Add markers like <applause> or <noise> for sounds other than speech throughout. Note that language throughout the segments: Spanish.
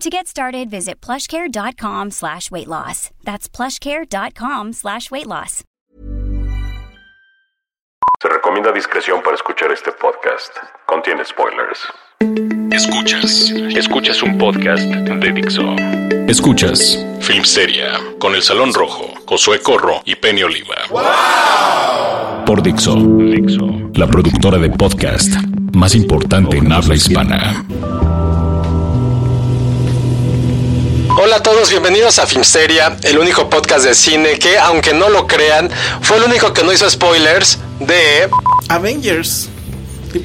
To get started, visit plushcare.com slash weight loss. That's plushcare.com slash weight loss. Se recomienda discreción para escuchar este podcast. Contiene spoilers. Escuchas, escuchas un podcast de Dixo. Escuchas Filmsteria con El Salón Rojo, Josué Corro y Penny Oliva. Por Dixo, Dixo, la productora de podcast más importante en habla hispana. Hola a todos, bienvenidos a Filmsteria, el único podcast de cine que, aunque no lo crean, fue el único que no hizo spoilers de... Avengers.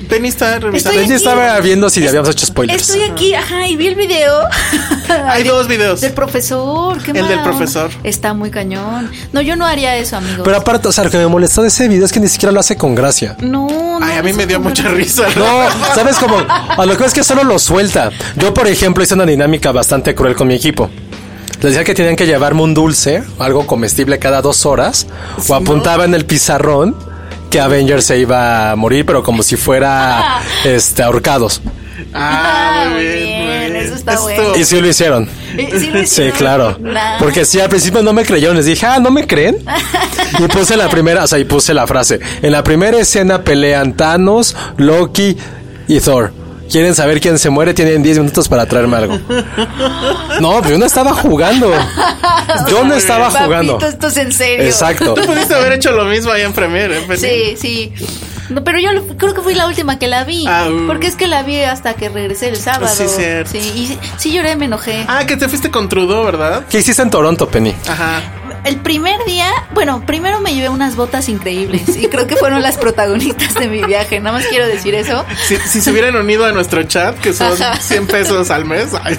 Penny está revisando. Yo Estoy- Pues estaba viendo si habíamos hecho spoilers. Estoy aquí, ajá, y vi el video. <laughs> Hay dos videos. Del profesor, qué El del mala onda. profesor. Está muy cañón. No, yo no haría eso, amigos. Pero aparte, o sea, lo que me molestó de ese video es que ni siquiera lo hace con gracia. <laughs> no, no. Ay, a mí no me sé dio cómo- mucha risa. No, sabes cómo. A lo que es que solo lo suelta. Yo, por ejemplo, hice una dinámica bastante cruel con mi equipo. Les decía que tenían que llevarme un dulce, algo comestible cada dos horas, o apuntaba en el pizarrón que Avengers se iba a morir, pero como si <laughs> fuera este ahorcados. Ah, muy bien, bien, muy bien. eso está Esto- bueno. Y sí lo hicieron. Eh, Sí, lo Sí, hicieron. claro. Nah. Porque sí, al principio no me creyeron. Les dije, ah, ¿no me creen? Y puse la primera, o sea, y puse la frase. En la primera escena pelean Thanos, Loki y Thor. Quieren saber quién se muere, tienen 10 minutos para traerme algo. No, pero yo no estaba jugando. Yo no estaba Papito, jugando. esto es en serio. Exacto. Tú pudiste haber hecho lo mismo ahí en Premiere, ¿eh, Penny? Sí, sí. No, pero yo lo- creo que fui la última que la vi. Ah, uh. Porque es que la vi hasta que regresé el sábado. Sí, cierto. Sí, y sí- sí lloré, me enojé. Ah, que te fuiste con Trudeau, ¿verdad? ¿Qué hiciste en Toronto, Penny? Ajá. El primer día, bueno, primero me llevé unas botas increíbles y creo que fueron las <laughs> protagonistas de mi viaje. Nada más quiero <laughs> decir eso. Si, si se hubieran unido a nuestro chat, que son Ajá. 100 pesos al mes. ay,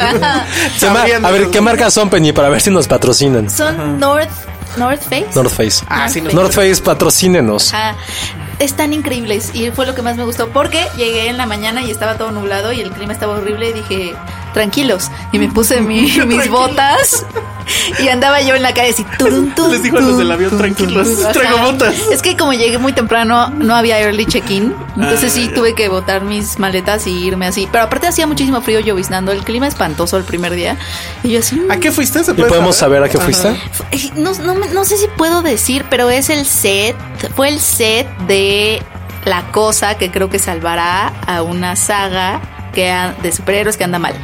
Se ma- sabrían a ver, nuestros- ¿qué marcas son, Penny? Para ver si nos patrocinan. Son North North Face. North Face. Ah, sí, no. North Face, patrocínenos. Ajá. Están increíbles y fue lo que más me gustó porque llegué en la mañana y estaba todo nublado y el clima estaba horrible y dije, tranquilos. Y me <laughs> puse mi- mis botas y andaba yo en la calle así. turun, turun, Les dijo a los del turun, avión, turun, "Tranquilos, turun". Ajá. traigo botas. Es que como llegué muy temprano, no había early check-in. Entonces Ah, sí tuve que botar mis maletas y irme así. Pero aparte hacía muchísimo frío lloviznando. El clima espantoso el primer día. Y yo así... ¿A qué fuiste? ¿Se ¿Y puede podemos saber a qué fuiste? Eh, No, no me- no sé si puedo decir, pero es el set. Fue el set de la cosa que creo que salvará a una saga que ha- de superhéroes que anda mal.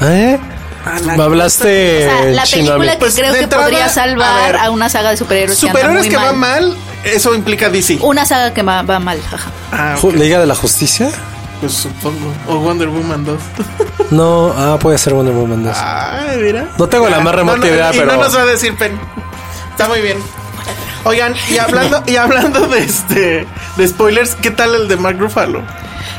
¿Eh? Ah, la- Me hablaste O sea, la en chino a mí. película que Pues, creo de que entrada, podría a salvar ver, a, una saga de superhéroes, Superhéroes que que anda muy van mal. mal, eso implica DC. Una saga que va, va mal. ajá. Ah, Ju- ¿Liga de la Justicia? pues supongo. O Wonder Woman 2. No, ah, puede ser Wonder Woman 2. Ah. Ay, mira. No tengo la más remota No, no, idea, y pero- No nos va a decir Pen. Está muy bien. Oigan, y hablando, y hablando de este de spoilers, ¿qué tal el de Mark Ruffalo?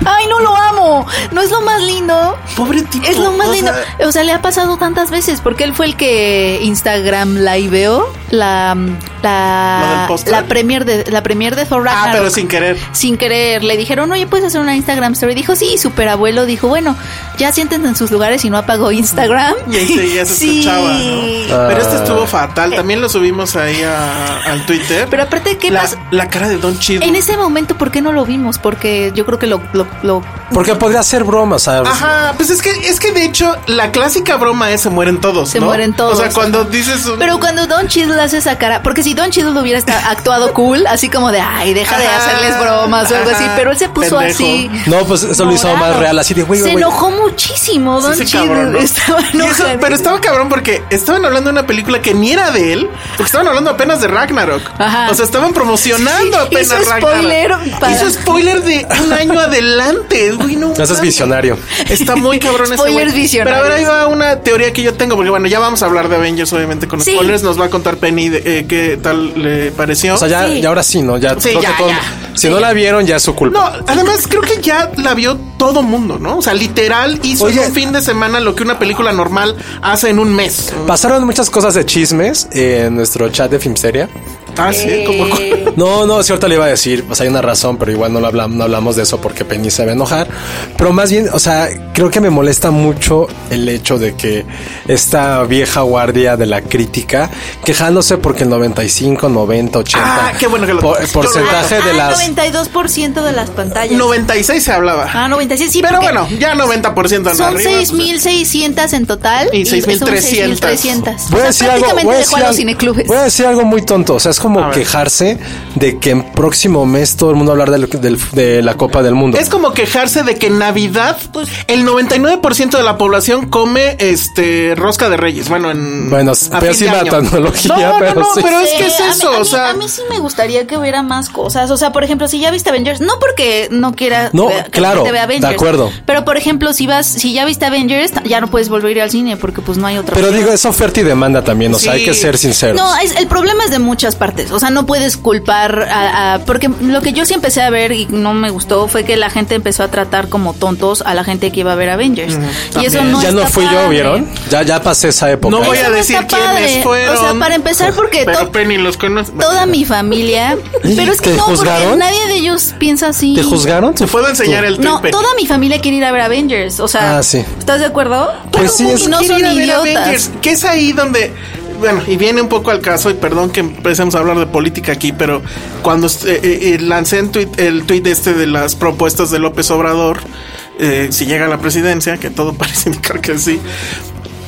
Ay, no lo amo. No es lo más lindo. Pobre tipo. Es lo más o lindo. sea, o sea, le ha pasado tantas veces porque él fue el que Instagram liveó la ¿Lo del la póster? la premier de la premier de Thor ah, Ragnarok. pero sin querer. sin querer le dijeron, "Oye, puedes hacer una Instagram story." Dijo, "Sí." Y Superabuelo dijo, "Bueno, ya siéntense en sus lugares y no apagó Instagram." Y ahí <laughs> seguía, se Sí. escuchaba, ¿no? Ah. Pero este estuvo fatal. También lo subimos ahí a- al Twitter. Pero aparte qué la, pasó? la cara de Don Chido. En ese momento, ¿por qué no lo vimos? Porque yo creo que lo, lo, lo Porque podría ser broma, o sea, Ajá, pues es que, es que de hecho, la clásica broma es se mueren todos. Se ¿no? mueren todos. O sea, cuando dices un- Pero cuando Don Cheadle hace esa cara, porque si Don Cheadle hubiera esta- actuado cool, así como de, ay, deja de Ajá, hacerles bromas o algo así, ajá, pero él se puso pendejo. así. No, pues eso lo hizo morado. más real, así de, güey, güey, Se güey. enojó muchísimo Don Sí, ese Cheadle. cabrón, ¿no? <laughs> Estaba Y eso- enojado. pero estaba cabrón porque estaban hablando de una película que ni era de él, porque estaban hablando apenas de Ragnarok. Ajá. O sea, estaban promocionando Sí, apenas hizo Ragnarok. spoiler para- Hizo spoiler de <laughs> un año adelante. Güey, no, No seas mames. visionario. Está muy cabrón ese Spoilers güey. visionarios. Pero a ver, ahí va una teoría que yo tengo, porque bueno, ya vamos a hablar de Avengers, obviamente, con Sí. spoilers. Nos va a contar Penny de, eh, qué tal le pareció. O sea, ya, Sí. ya ahora sí, ¿no? Ya Sí, creo ya, que todo. ya. Si no la vieron, ya es su culpa. No, además creo que ya la vio todo mundo, ¿no? O sea, literal hizo Oye. en un fin de semana lo que una película normal hace en un mes. Pasaron muchas cosas de chismes en nuestro chat de Filmsteria. Ah, sí, Eh, como No, no, sí, ahorita le iba a decir, pues hay una razón, pero igual no, lo hablamos, no hablamos de eso porque Penny se va a enojar. Pero más bien, o sea, creo que me molesta mucho el hecho de que esta vieja guardia de la crítica, quejándose porque el 95, 90, 80 Ah, qué bueno que lo- por- yo lo porcentaje Ah, de las... 92% de las pantallas. 96 se hablaba. Ah, 96, sí. Pero porque bueno, ya 90% en Son arriba, pues, 6.600 en total. Y son 6,300. 6,300. Voy a O sea, decir algo, prácticamente voy a dejó decir a los al- cineclubes. voy a decir algo muy tonto. O sea, es A como ver. quejarse de que en próximo mes todo el mundo va a hablar del- del- de la Copa del Mundo. Es como quejarse de que en Navidad Pues, el 99% de la población come este rosca de reyes. Bueno, en Bueno, a sí, fin pésima de año. tecnología, No, no, pero no, sí. pero es Sí, que es Eh, a mí- eso, a mí, o sea, a mí sí me gustaría que hubiera más cosas. O sea, por ejemplo, si ya viste Avengers, no porque no quiera No, que la gente claro, vea Avengers, de acuerdo. Pero por ejemplo, si vas, si ya viste Avengers, ya no puedes volver a ir al cine porque pues no hay otra. Pero opción. digo, es oferta y demanda también. O sea, Sí. hay que ser sinceros. No, es, el problema es de muchas partes. O sea, no puedes culpar a, a- Porque lo que yo sí empecé a ver y no me gustó fue que la gente empezó a tratar como tontos a la gente que iba a ver Avengers. y eso no ya no está fui yo, padre. ¿vieron? Ya, ya pasé esa época. ¿eh? no voy Eso a no decir está quiénes padre. fueron. O sea, para empezar, porque pero to- Penny los conoce. toda mi familia. Pero es que <laughs> ¿Te no, porque juzgaron? nadie de ellos piensa así. ¿Te juzgaron? Te puedo enseñar el No, tripe. toda mi familia quiere ir a ver Avengers. O sea, Ah, sí. ¿estás de acuerdo? Pues sí, es- y no Quiero son ir a ver idiotas. Avengers, que es ahí donde bueno, y viene un poco al caso, y perdón que empecemos a hablar de política aquí, pero cuando eh, eh, eh, lancé en tuit- el tuit este de las propuestas de López Obrador, eh, si llega a la presidencia, que todo <laughs> parece indicar que sí,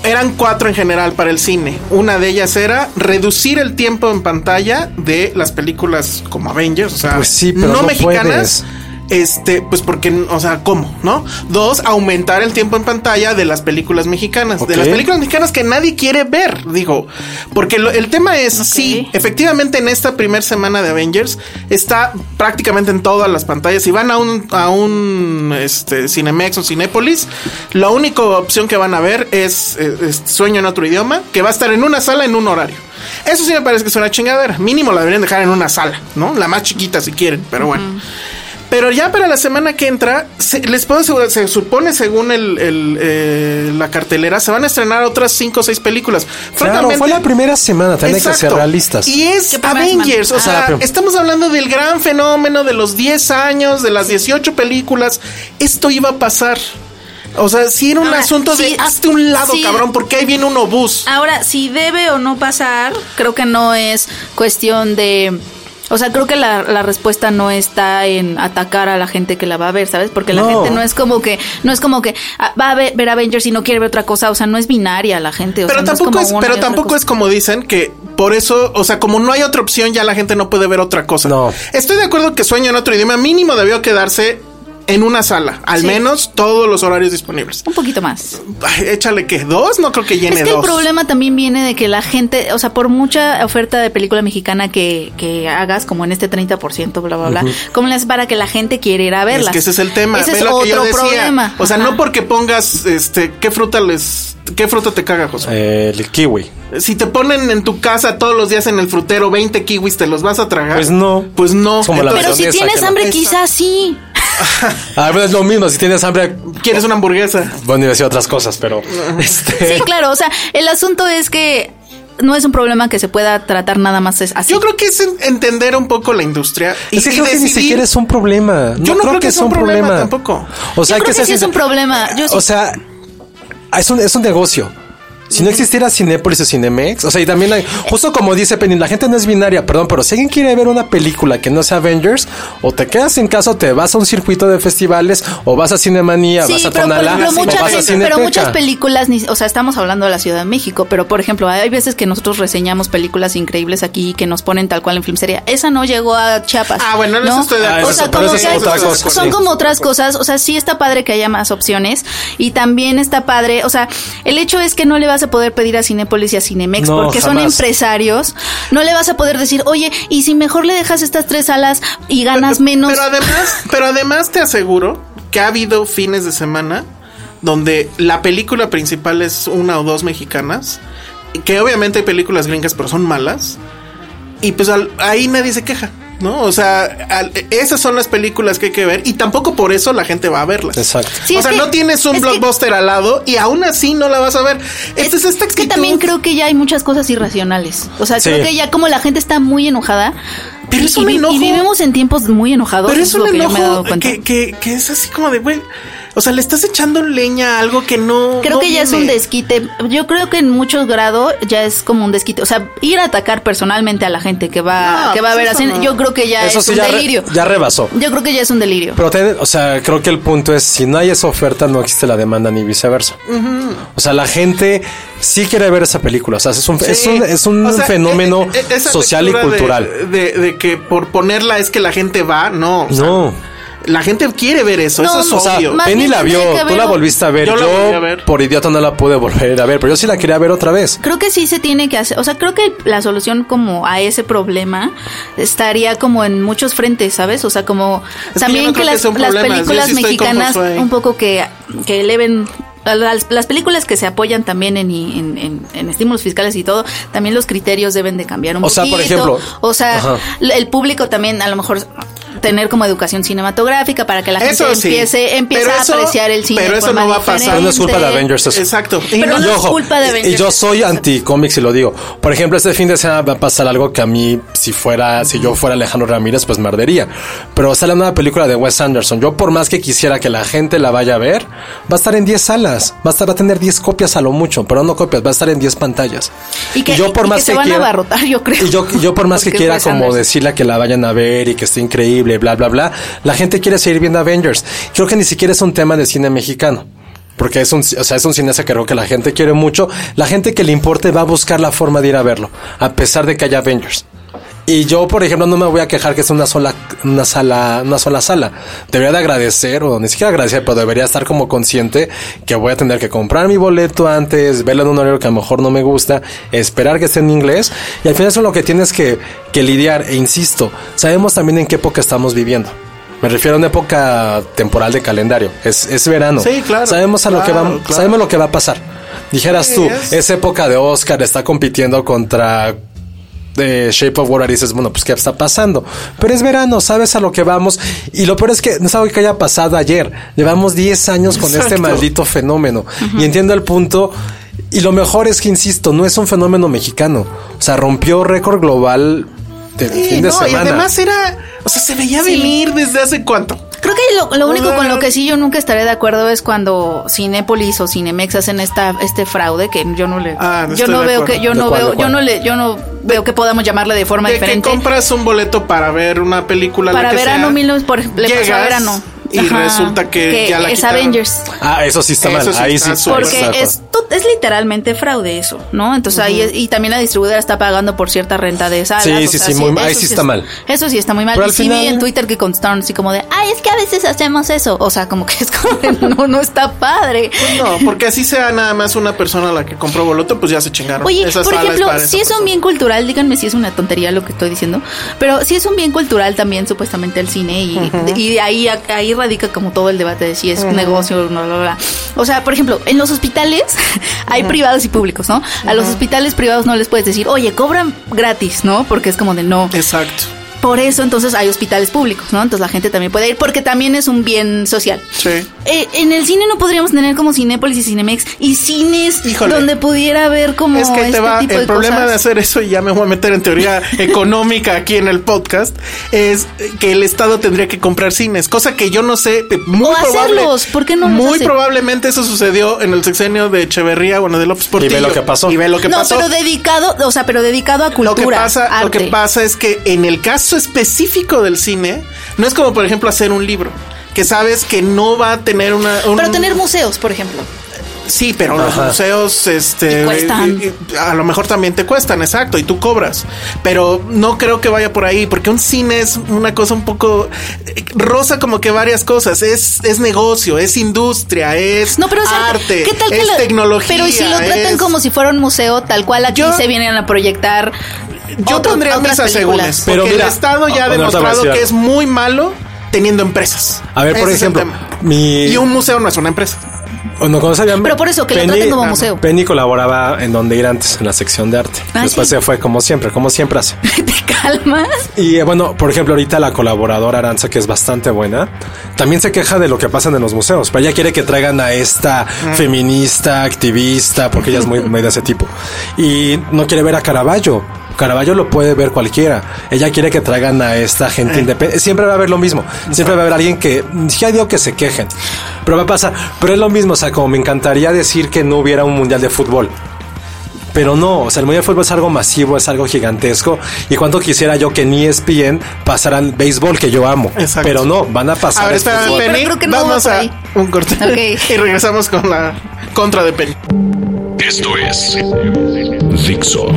eran cuatro en general para el cine. Una de ellas era reducir el tiempo en pantalla de las películas como Avengers, o sea, Pues sí, pero no mexicanas. puedes. Este, pues porque, o sea, ¿cómo? ¿No? Dos, aumentar el tiempo en pantalla de las películas mexicanas. De Ok. las películas mexicanas que nadie quiere ver, digo. Porque lo- el tema es, sí, efectivamente en esta primera semana de Avengers está prácticamente en todas las pantallas. Si van a un, a un este, Cinemex o Cinépolis, la única opción que van a ver es, eh, es Sueño en otro idioma, que va a estar en una sala en un horario. Eso sí me parece que es una chingadera. Mínimo la deberían dejar en una sala, ¿no? La más chiquita si quieren, pero bueno. Pero ya para la semana que entra, se- les puedo asegurar, se supone según el, el, eh, la cartelera, se van a estrenar otras cinco o seis películas. Claro, Francamente- fue la primera semana. También hay que ser Exacto. realistas. Y es ¿Qué primera Avengers, semana? o Ah, sea, la prim- estamos hablando del gran fenómeno de los 10 años, de las 18 películas. Esto iba a pasar. O sea, si era un Ahora, asunto sí, de hazte un lado, sí. cabrón, porque ahí viene un obús. Ahora, si debe o no pasar, creo que no es cuestión de... O sea, creo que la, la respuesta no está en atacar a la gente que la va a ver, ¿sabes? Porque la No. gente no es como que no es como que ah, va a ver, ver Avengers y no quiere ver otra cosa, o sea, no es binaria la gente, o Pero sea, no tampoco como es, una y pero otra tampoco cosa. es como dicen que por eso, o sea, como no hay otra opción, ya la gente no puede ver otra cosa. No. Estoy de acuerdo que sueño en otro idioma mínimo debió quedarse en una sala, al Sí. menos todos los horarios disponibles. un poquito más. Ay, échale que dos, no creo que llene Es que el dos. problema también viene de que la gente, o sea, por mucha oferta de película mexicana que, que hagas, como en este 30%, bla, bla, bla, ¿cómo le haces para que la gente quiera ir a verlas? Es que ese es el tema. Ese Ve es lo otro que yo decía. problema. O sea, Ajá. no porque pongas este qué fruta les qué fruta te caga, José. Eh, el kiwi. Si te ponen en tu casa todos los días en el frutero 20 kiwis, ¿te los vas a tragar? Pues no. Pues no. Es como la Pero Pero si esa que tienes no- hambre, Esa. quizás sí. A ver, Ah, es lo mismo. Si tienes hambre, ¿Quieres una hamburguesa? bueno, iba a decir otras cosas, pero. <laughs> este, Eh. Sí, claro. O sea, el asunto es que no es un problema que se pueda tratar nada más es así. Yo creo que es en- entender un poco la industria. y- es que y creo que ni decidir- siquiera es un problema. Yo no creo que sea un problema tampoco. O sea, Yo hay creo que ser sí es un sincero. problema. Yo sí- O sea, es un, es un negocio. Si no existiera Cinépolis o Cinemex, o sea, y también hay- justo como dice Penny, la gente no es binaria, perdón, pero si alguien quiere ver una película que no sea Avengers, o te quedas en casa, o te vas a un circuito de festivales, o vas a Cinemanía, Sí, vas a pero por Tonalá, ejemplo, o muchas, vas a veces- pero muchas Cineteca. películas, ni- o sea, estamos hablando de la Ciudad de México, pero por ejemplo, hay veces que nosotros reseñamos películas increíbles aquí que nos ponen tal cual en Filmsteria. Esa no llegó a Chiapas. Ah, bueno, en eso estoy de acuerdo. O sea, Pero como esa es que hay- otra son- cosa, son sí. como otras cosas. O sea, sí está padre que haya más opciones. Y también está padre, o sea, el hecho es que no le vas a poder pedir a Cinépolis y a Cinemex No, porque son jamás. empresarios. No le vas a poder decir, oye, y si mejor le dejas estas tres salas y ganas menos. Pero además, pero además te aseguro que ha habido fines de semana donde la película principal es una o dos mexicanas, que obviamente hay películas gringas pero son malas, y pues al- ahí nadie se queja, ¿no? O sea, al- esas son las películas que hay que ver y tampoco por eso la gente va a verlas. Exacto. Sí, o es sea, que- no tienes un es que- blockbuster al lado y aún así no la vas a ver. Esta es esta Es que actitud. también creo que ya hay muchas cosas irracionales. O sea, Sí. creo que ya como la gente está muy enojada. Pero y, es un y vi- enojo. y vivimos en tiempos muy enojados. Pero es eso un lo que yo me he dado enojo cuenta. que, que- que es así como de, güey, o sea, le estás echando leña a algo que no... Creo no que ya es un viene. desquite. Yo creo que en muchos grados ya es como un desquite. O sea, ir a atacar personalmente a la gente que va, No, que va a pues ver eso así, no. yo creo que ya Eso es sí, un ya, re- delirio. ya rebasó. Yo creo que ya es un delirio. Pero, te- o sea, creo que el punto es, si no hay esa oferta, no existe la demanda ni viceversa. O sea, la gente sí quiere ver esa película. O sea, es un, es Sí. un, es un O sea, fenómeno e- e- esa social y lectura de- cultural. De, de que por ponerla es que la gente va, no. o sea, no. La gente quiere ver eso, No, eso es O sea, obvio. más Penny bien la vio, tendría que tú haber la un- volviste a ver. Yo, Yo la volví a ver. por idiota, no la pude volver a ver, pero yo sí la quería ver otra vez. Creo que sí se tiene que hacer, o sea, creo que la solución como a ese problema estaría como en muchos frentes, ¿sabes? O sea, como Es que también yo no que, creo que las, sea un las problema, yo películas sí estoy con mexicanas Josué. un poco que, que eleven a las, las películas que se apoyan también en, en- en- en estímulos fiscales y todo, también los criterios deben de cambiar un O sea, poquito. por ejemplo, o sea, ajá. el público también a lo mejor tener como educación cinematográfica para que la gente Eso sí. empiece, empiece Pero a eso- apreciar el cine. pero de eso forma no va a pasar. Pero no es culpa de diferente. Avengers eso. Exacto. Y Pero no- no- y es ojo, culpa de y- Avengers. Y yo soy anticómics y lo digo. Por ejemplo, este fin de semana va a pasar algo que a mí, si fuera, si yo fuera Alejandro Ramírez, pues me ardería. Pero sale una película de Wes Anderson. Yo, por más que quisiera que la gente la vaya a ver, va a estar en 10 salas. Va a estar, va a tener 10 copias a lo mucho, pero no copias, va a estar en 10 pantallas. Y que- y- y que se van a abarrotar, yo creo. Y yo, y yo por más que <laughs> Porque es quiera Wes como Anderson. decirle a que la vayan a ver y que esté increíble, bla, bla, bla, la gente quiere seguir viendo Avengers. Creo que ni siquiera es un tema de cine mexicano. Porque es un, o sea, es un cineasta que creo que la gente quiere mucho. La gente que le importe va a buscar la forma de ir a verlo, a pesar de que haya Avengers. Y yo, por ejemplo, no me voy a quejar que es una sola, una sala, una sola sala. Debería de agradecer, o ni siquiera agradecer, pero debería estar como consciente que voy a tener que comprar mi boleto antes, verlo en un horario que a lo mejor no me gusta, esperar que esté en inglés. Y al final eso es lo que tienes que, que lidiar. E insisto, sabemos también en qué época estamos viviendo. Me refiero a una época temporal de calendario. Es, es verano. Sí, claro. Sabemos a lo que Claro, vamos, claro. sabemos lo que va a pasar. Dijeras Sí, tú, es- es época de Oscar, está compitiendo contra de Shape of Water y dices, bueno, pues qué está pasando. Pero es verano, sabes a lo que vamos. Y lo peor es que no es algo que haya pasado ayer. Llevamos 10 años con este Exacto. maldito fenómeno. Y entiendo el punto. Y lo mejor es que, insisto, no es un fenómeno mexicano. O sea, rompió récord global de Sí, fin de no, y semana. además era, o sea, se veía Sí. venir desde hace cuánto. Creo que lo, lo único sea- con lo que sí yo nunca estaré de acuerdo es cuando Cinépolis o Cinemex hacen esta este fraude que yo no le Ah, no yo estoy no de veo acuerdo. que yo ¿De no cuál, de veo yo cuál? no le yo no veo que podamos llamarle de forma De diferente. que compras un boleto para ver una película la Para que verano, sea, mil no- por ejemplo, le pasó a llegas verano. Y Ajá, resulta que, que ya la es quitaron. Avengers. Ah, eso sí está mal. Eso sí Ahí está sí súper estoy de Porque acuerdo. es, tú- es literalmente fraude eso, ¿no? Entonces ahí es- y también la distribuidora está pagando por cierta renta de salas. Sí, o sí, sea, sí, muy mal. Ahí eso sí está es- mal. Eso sí está muy mal. Pero y al sí final- vi en Twitter que contestaron así como de, ay, es que a veces hacemos eso. O sea, como que es como de, <laughs> no, no está padre. Pues no, porque así sea nada más una persona la que compró boleto, pues ya se chingaron. Oye, Esa por sala es ejemplo, para esa si es un persona. bien cultural, díganme si es una tontería lo que estoy diciendo, pero si es un bien cultural también supuestamente el cine y, y de ahí, ahí radica como todo el debate de si es un negocio o no, bla, bla. O sea, por ejemplo, en los hospitales <laughs> hay privados y públicos, ¿no? A los hospitales privados no les puedes decir, oye, cobran gratis, ¿no? Porque es como de no. Exacto. Por eso entonces hay hospitales públicos, ¿no? Entonces la gente también puede ir porque también es un bien social. Sí. Eh, en el cine no podríamos tener como Cinépolis y Cinemex y cines Híjole. donde pudiera haber como Es que ahí este te va. tipo El de problema cosas. de hacer eso, y ya me voy a meter en <laughs> teoría económica aquí en el podcast, es que el Estado tendría que comprar cines, cosa que yo no sé. eh, Muy O probable- hacerlos, ¿por qué no los Muy hace? probablemente eso sucedió en el sexenio de Echeverría, bueno, de López Portillo. lo que pasó. Y ve lo que no, pasó. pero dedicado, o sea, pero dedicado a Lo cultura. que, pasa, lo arte. que pasa es que en el caso específico del cine, no es como por ejemplo hacer un libro, que sabes que no va a tener una... un- Pero tener museos, por ejemplo. Sí, pero los Ajá. museos, este, Y cuestan. eh, eh, a lo mejor también te cuestan, exacto, y tú cobras. Pero no creo que vaya por ahí, porque un cine es una cosa un poco eh, rosa como que varias cosas. Es, es negocio, es industria, es No, pero es arte. arte, ¿Qué tal que es lo- tecnología. Pero si lo tratan es- como si fuera un museo, tal cual aquí Yo- se vienen a proyectar. <laughs> yo otro- tendría otras mis películas. asegúnes, Pero porque mira, el Estado ya ha ah, bueno, ahorita voy a demostrado decir algo. que es muy malo teniendo empresas. A ver, por Ese es el ejemplo, tema. mi- y un museo no es una empresa. O No, ¿cómo se llama? Pero por eso, que lo traten como museo. Penny colaboraba en donde ir antes, en la sección de arte. Ah, Después sí. se fue como siempre, como siempre hace. ¿Te calmas? Y eh, bueno, por ejemplo, ahorita la colaboradora Aranza, que es bastante buena, también se queja de lo que pasa en los museos, pero ella quiere que traigan a esta feminista, activista, porque ella es muy, muy de ese tipo. Y no quiere ver a Caravaggio. Caravaggio lo puede ver cualquiera. Ella quiere que traigan a esta gente independiente. Siempre va a haber lo mismo. Siempre va a haber alguien que, ya digo que se quejen, pero va a pasar. Pero es lo mismo, o sea, como me encantaría decir que no hubiera un mundial de fútbol. Pero no, o sea, el Mundial de Fútbol es algo masivo, es algo gigantesco. Y cuánto quisiera yo que en E ESPN pasaran béisbol que yo amo. Exacto. Pero no, van a pasar. A ver, esto. espérame, Sí, pero Penny. creo que no Vamos va por a ahí. un corte. Ok. <laughs> Y regresamos con la contra de Penny. Esto es Dixo.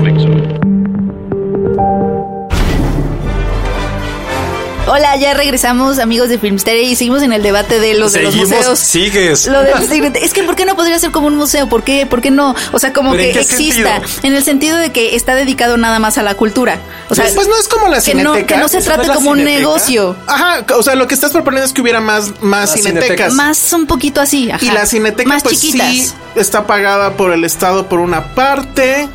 Hola, ya regresamos, amigos de Filmsteria, y seguimos en el debate de los, de los Seguimos, museos. sigues. Lo <laughs> del- es que ¿por qué no podría ser como un museo? ¿Por qué, ¿Por qué no? O sea, como ¿Pero en que qué exista. sentido? En el sentido de que está dedicado nada más a la cultura. O sea, Pues no es como la que no, cineteca. que no se ¿Es trate la como un cineteca? negocio. Ajá, o sea, lo que estás proponiendo es que hubiera más, más Más cinetecas. cinetecas. Más un poquito así, ajá. Y la cineteca, Más pues chiquitas. sí, está pagada por el Estado por una parte.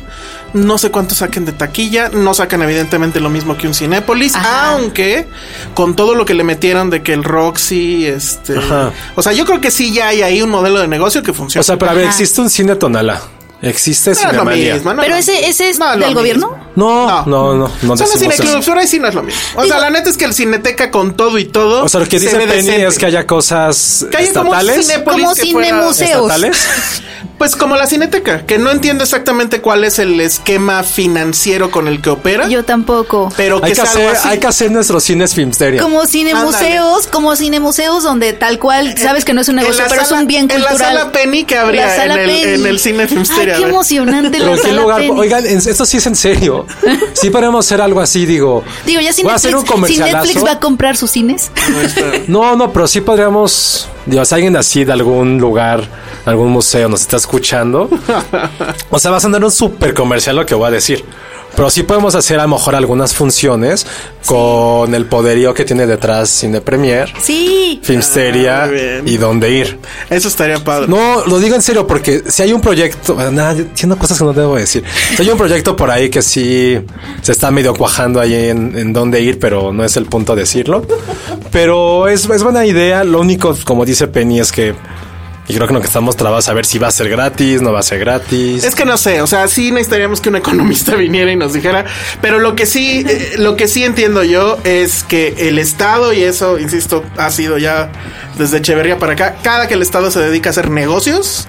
No sé cuánto saquen de taquilla. No sacan, evidentemente, lo mismo que un Cinépolis. Ajá. Aunque con todo lo que le metieron de que el Roxy, este. Ajá. O sea, yo creo que sí ya hay ahí un modelo de negocio que funciona. O sea, pero a ver, Ajá. existe un cine Tonala. Existe No es lo Cinemanía. mismo, no Pero lo ese, mismo. ese es No lo del mismo. gobierno. No, no, no. no, Son los decimos eso. cineclubs, ahora sí no es lo mismo. O sea, Digo- la neta es que el Cineteca con todo y todo. O sea, lo que se dice ve Penny decente. es que haya cosas Que haya como un estatales. Cinépolis Como que fuera- cinemuseo. museos. estatales. Pues como la Cineteca, que no entiendo exactamente cuál es el esquema financiero con el que opera, Yo tampoco. pero que, hay, que es algo hacer, así. hay que hacer nuestros cines Filmsteria. Como cinemuseos, Ándale. como cinemuseos donde tal cual sabes que no es un En negocio, la pero es sala- un bien En cultural. la sala Penny que habría La sala en, el, Penny. en el cine Filmsteria. Ay, qué a ver. emocionante Pero la en qué sala lugar, Penny. oigan, en- esto sí es en serio. Sí podemos hacer algo así, digo. Digo, ya si Voy a hacer un Netflix, si comercialazo. Netflix va a comprar <laughs> sus cines. No, no, pero sí podríamos. Dios, alguien así de algún lugar, algún museo nos está <laughs> escuchando. O sea, va a sonar un súper comercial lo que voy a decir. Pero sí podemos hacer a lo mejor algunas funciones con el poderío que tiene detrás Cine Premier, Sí. Filmsteria Ah, muy bien. y dónde ir. Eso estaría padre. No, lo digo en serio, porque si hay un proyecto, bueno, nada, yo entiendo cosas que no debo decir. Si hay un proyecto por ahí que sí se está medio cuajando ahí en, en dónde ir, pero no es el punto decirlo. Pero es, es buena idea. Lo único, como dice Penny, es que y creo que lo que estamos trabados a ver si va a ser gratis, no va a ser gratis. Es que no sé, o sea, sí necesitaríamos que un economista <laughs> viniera y nos dijera, pero lo que sí, eh, lo que sí entiendo yo es que el Estado, y eso, insisto, ha sido ya desde Echeverría para acá, cada que el Estado se dedica a hacer negocios,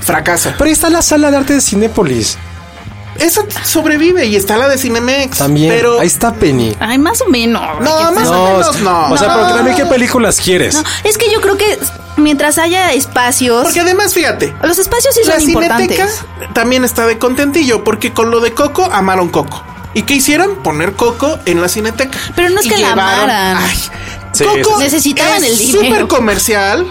fracasa. Pero ahí está la sala de arte de Cinépolis. Esa sobrevive y está la de Cinemex. También. Pero ahí está Penny. Ay, más o menos. No, más o menos no. O sea, pero también qué películas quieres. No, es que yo creo que mientras haya espacios, Porque además, fíjate, los espacios sí la son Cineteca importantes. también está de contentillo porque con lo de Coco amaron Coco. ¿Y qué hicieron? Poner Coco en la Cineteca. Pero no es Y que la llevaron- amaran. Ay, Sí, Coco sí. Necesitaban es el dinero. Súper comercial.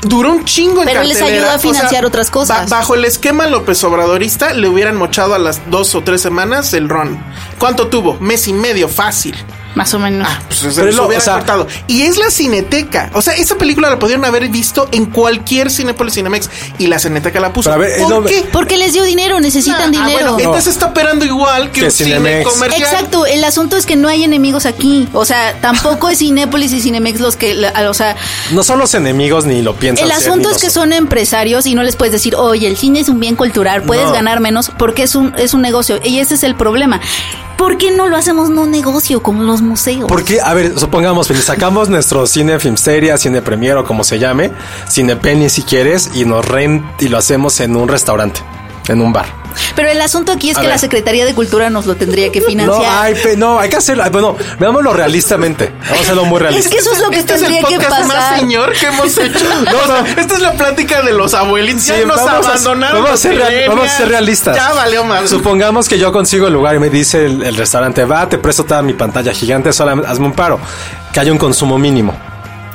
Duró un chingo en Pero les cartelera. ayudó a O sea, financiar otras cosas. ba- bajo el esquema López Obradorista, le hubieran mochado a las dos o tres semanas el ron. ¿Cuánto tuvo? Mes y medio, fácil. Más o menos. Pues se Pero los lo- hubieran o sea- cortado. Y es la Cineteca. O sea, esa película la pudieron haber visto en cualquier Cinepolis Cinemex. Y la Cineteca la puso. Pero a ver, es ¿Por lo- qué? Porque les dio dinero, necesitan Ah, dinero. bueno, entonces está operando igual que, Que un cine Cinemex. comercial. Exacto, el asunto es que no hay enemigos aquí. O sea, tampoco es Cinépolis y Cinemex los que, la- o sea, No son los enemigos ni lo piensan. el ser, asunto ni es que lo son empresarios y no les puedes decir, oye, el cine es un bien cultural, puedes No. ganar menos porque es un, es un negocio. Y ese es el problema. ¿Por qué no lo hacemos no negocio como los museos? Porque, a ver, supongamos, Feli, sacamos nuestro cine Filmsteria, cine Premier o como se llame, cine Penny si quieres, y nos rent y lo hacemos en un restaurante, en un bar. Pero el asunto aquí es A que ver. la Secretaría de Cultura nos lo tendría <laughs> que No, financiar. hay, pe- no, hay que hacerlo. ay, Bueno, veámoslo realistamente. Vamos a hacerlo muy <laughs> es realista. que eso es lo que Este es el tendría que podcast más pasar. señor que <laughs> hemos hecho. No, no. Esta es la plática de los abuelitos. Sí, ya nos vamos a- abandonaron. vamos a los ser real- millennials. vamos a ser realistas. Ya valió más. Supongamos que yo consigo el lugar y me dice el, el restaurante, va, te presto toda mi pantalla gigante, solo hazme un paro, que haya un consumo mínimo.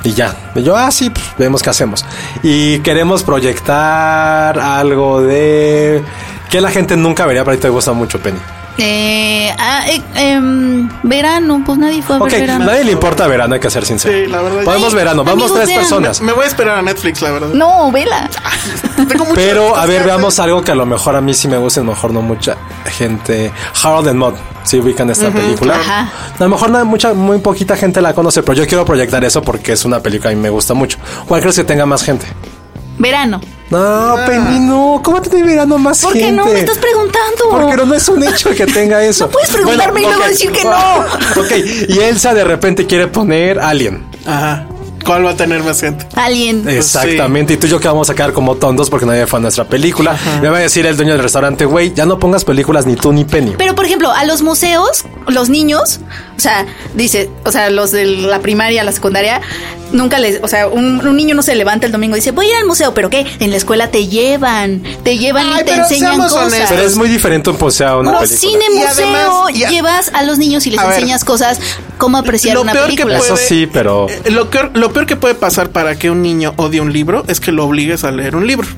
Y ya. Y yo, ah, sí, pues, vemos qué hacemos. Y queremos proyectar algo de... Que la gente nunca vería, pero a ti te gusta mucho, Penny. Eh, ah, eh, em, verano, pues nadie fue a ver Ok, verano. nadie le importa verano, hay que ser sincero. Sí, la verdad. Podemos Sí, verano, vamos amigos, tres vean. personas. Me voy a esperar a Netflix, la verdad. No, vela. Tengo muchas Pero, a cosas ver, que veamos hacer. algo que a lo mejor a mí sí me gusta, a lo mejor no mucha gente. Harold and Maude, si ubican esta película. Ajá. A lo mejor no- mucha, muy poquita gente la conoce, pero yo quiero proyectar eso porque es una película que a mí me gusta mucho. ¿Cuál crees que tenga más gente? Verano. No, Penny, no. ¿Cómo te verano más Ah. ¿Por gente? qué no me estás preguntando? Porque no es un hecho que tenga eso. No puedes preguntarme y luego ok. decir que no. ok, y Elsa de repente quiere poner Alien. Ajá. ¿Cuál va a tener más gente? Alguien. Eh, Exactamente, y tú y yo que vamos a quedar como tontos porque nadie fue a nuestra película. Me va a decir el dueño del restaurante, güey, ya no pongas películas ni tú ni Penny. Pero por ejemplo, a los museos, los niños, o sea, dice, o sea, los de la primaria, la secundaria, nunca les, o sea, un, un niño no se levanta el domingo y dice, voy a ir al museo, pero ¿qué? En la escuela te llevan, te llevan Ay, y te pero enseñan seamos cosas. honestos. Pero es muy diferente un poseo a una No, película. cine Y museo, además- y a- llevas a los niños y les A ver. enseñas cosas, cómo apreciar Lo una peor que película. puede- Eso sí, pero Eh, Lo peor, lo peor que puede pasar para que un niño odie un libro es que lo obligues a leer un libro.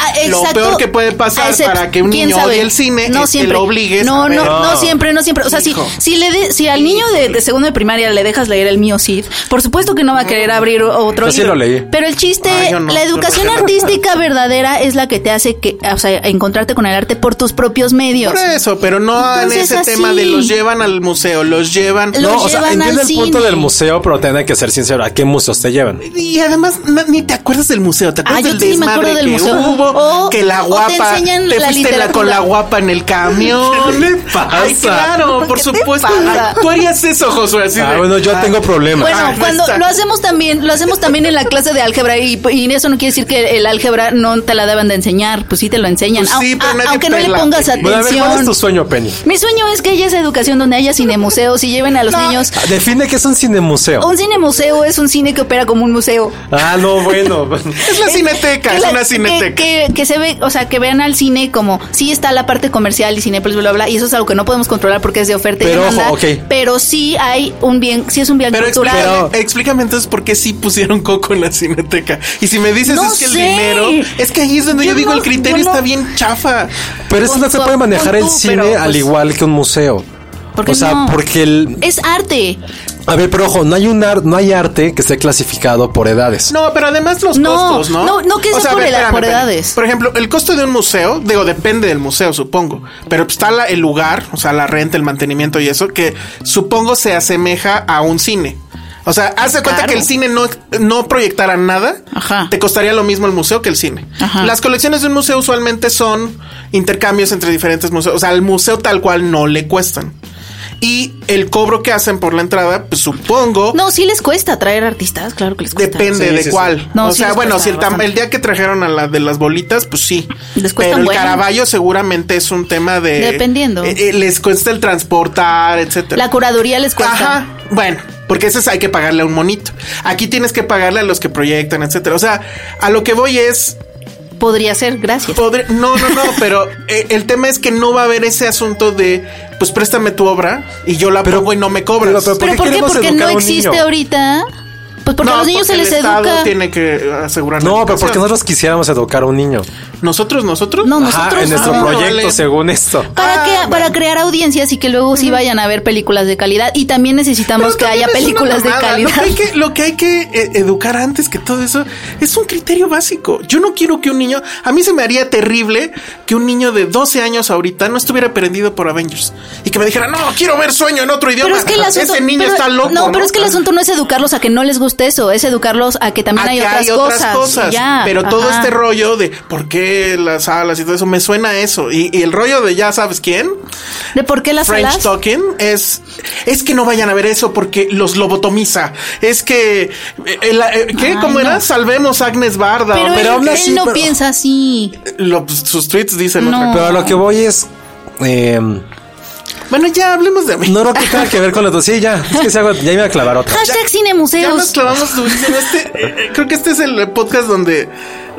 Ah, Lo exacto. peor que puede pasar A excep- para que un ¿quién niño sabe? odie el cine es que lo obligues No, a no, ver. no, siempre, no siempre. O sea, si, Hijo. si, le de- si al niño de, de segundo de primaria le dejas leer el mío Cid, por supuesto que no va a querer abrir o- otro Yo sí libro. lo leí. Pero el chiste, Ah, yo no, la yo educación no. artística verdadera es la que te hace que, o sea, encontrarte con el arte por tus propios medios. Por eso, pero no en Entonces, ese así. tema de los llevan al museo, los llevan. Lo no, o sea, llevan entiendo el al punto cine. del museo, pero tiene que ser sincero, ¿a qué museos te llevan? Y además na- ni te acuerdas del museo, te acuerdas Ah, yo del sí me desmadre acuerdo del que museo. hubo, O- que la o te guapa, te, enseñan la fuiste la- con literatura. la guapa en el <laughs> camión. ¿Qué le pasa? Ay, claro, por ¿Qué te supuesto. pasa? Tú harías eso, Josué, así Ah, de- bueno, yo Ah. tengo problemas. Bueno, Ah, no cuando está. lo hacemos también, lo hacemos también en la clase de álgebra y, y eso no quiere decir que el álgebra no te la deban de enseñar, pues sí te lo enseñan, Pues sí, Au- pero a- nadie aunque no le pela. pongas atención. Bueno, a ver, ¿cuál es tu sueño, Penny? Mi sueño es que haya esa educación donde haya cinemuseos y lleven a los niños. Define que es un cine museo. Un cinemuseo es un cine que opera como un museo. Ah, no, bueno. <laughs> Es la cineteca, Que es la- una cineteca. Que, que- que se ve, o sea, que vean al cine como sí está la parte comercial y cinépolis, bla, bla, bla, y eso es algo que no podemos controlar porque es de oferta y Pero, ojo, demanda. ok. Pero sí hay un bien, sí es un bien Pero cultural. explícame, explícame entonces por qué sí pusieron coco en la cineteca. Y si me dices No es que sé. el dinero, es que ahí es donde yo, Yo digo no- el criterio yo no- está bien chafa. Pero eso Pon no se tú- puede manejar pon el tú, cine pero, al pues, igual que un museo. ¿por qué o sea, no? porque el... Es arte. A ver, pero ojo, no hay, un ar- no hay arte que esté clasificado por edades. Pues No, pero además los No, costos, ¿no? no, no que sea a por edad- por espérame. edades. Por ejemplo, el costo de un museo, digo, depende del museo, supongo. Pero pues está la- el lugar, o sea, la renta, el mantenimiento y eso, que supongo se asemeja a un cine. O sea, haz de cuenta Claro. que el cine no, no proyectara nada, Ajá. te costaría lo mismo el museo que el cine. Ajá. Las colecciones de un museo usualmente son intercambios entre diferentes museos. O sea, al museo tal cual no le cuestan. Y el cobro que hacen por la entrada, pues supongo, No, sí les cuesta traer artistas, claro que les cuesta. Depende Sí, de sí, sí. cuál. No, o sí sea, les bueno, cuesta si el, tam- bastante. el día que trajeron a la de las bolitas, pues sí. Les cuesta Pero un el buen. Caravaggio seguramente es un tema de. Dependiendo. Eh, eh, les cuesta el transportar, etcétera. La curaduría les cuesta. Ajá. Bueno, porque ese es- hay que pagarle a un monito. Aquí tienes que pagarle a los que proyectan, etcétera. O sea, a lo que voy es. Podría ser, gracias. podr- no, <laughs> no, no, pero eh, el tema es que no va a haber ese asunto de. Pues préstame tu obra y yo la pongo y no me cobras. pero- pero- ¿por ¿Pero qué por qué? queremos Porque educar no a un existe niño? ahorita. Pues porque No, a los niños porque se les el Estado educa. tiene que asegurar. la No, pero educación. porque nosotros quisiéramos educar a un niño. ¿Nosotros, nosotros? No, Ajá, nosotros en nuestro no. proyecto, Órale. según esto. Ah, Para, que, para crear audiencias y que luego sí vayan a ver películas de calidad. Y también Pero necesitamos que también haya es una películas de mamada. Lo que calidad. hay que, lo que, hay que, eh, educar antes que todo eso es un criterio básico. Yo no quiero que un niño, a mí se me haría terrible que un niño de 12 años ahorita no estuviera prendido por Avengers y que me dijera, no, quiero ver sueño en otro <laughs> idioma. Pero es que el asunto. Ese niño pero- está loco. No, pero es que el asunto no es educarlos a que no les guste eso, es educarlos a que también A hay, que otras cosas. Ya, pero todo ajá. este rollo de por qué las salas y todo eso me suena a eso. Y, y el rollo de ya sabes quién, ¿De por qué las French salas? Talking, es, es que no vayan a ver eso porque los lobotomiza. Es que, eh, eh, la- eh, ¿qué? Ay, ¿Cómo era? no. Salvemos a Agnes Barda. Pero, Pero él, aún él así, no pero- piensa así. lo- pues, sus tweets dicen No. otra cosa. Pero a lo que voy es. eh, Bueno, ya hablemos de mí. no lo que tenga que ver con los dos. Sí, ya. Es que se hago, ya me iba a clavar otra. Hashtag Ya nos Cinemuseos. clavamos durísimo. Este, eh, eh, creo que este es el podcast donde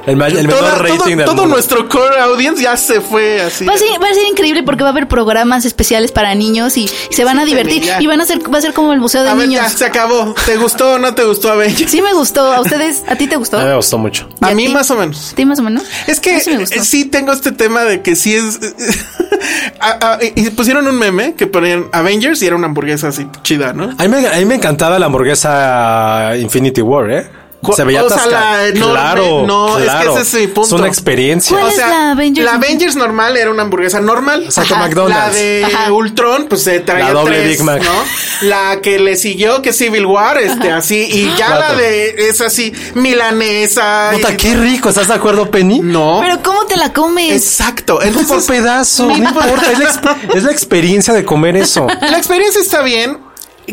El, ma- el menor toda- todo- rating del todo mundo. nuestro core audience ya se fue así. Pues Va a, ser, va a ser increíble porque va a haber programas especiales para niños y, y se van a divertir ya. y van a ser va a ser como el museo de A ver, niños. ya se acabó. ¿Te gustó o no te gustó Avengers? Sí me gustó, a ustedes, a ti te gustó? <laughs> A mí me gustó mucho. ¿Y A mí ti? más o menos. ¿A ti más o menos? Es que A mí sí me gustó. eh, sí tengo este tema de que sí es. <laughs> a- a- y y pusieron un meme que ponían Avengers y era una hamburguesa así chida, ¿no? A mí, me, a mí me encantaba la hamburguesa Infinity War, ¿eh? Cu- Se veía o sea, atascada. la enorme- claro, no, es que claro. ese es mi punto. una experiencia. ¿Cuál o es sea, la Avengers? normal era una hamburguesa normal. Exacto, Ajá. McDonald's. La de Ultron, pues se traía La doble tres, Big Mac. ¿no? La que le siguió, que es Civil War, este, así. Y ya Cuatro. la de, es así, milanesa. y- Puta, qué rico. ¿Estás de acuerdo, Penny? No. Pero ¿cómo te la comes? Exacto. No por Entonces, pedazo. No <laughs> importa. Es la, ex- es la experiencia de comer eso. la experiencia está bien.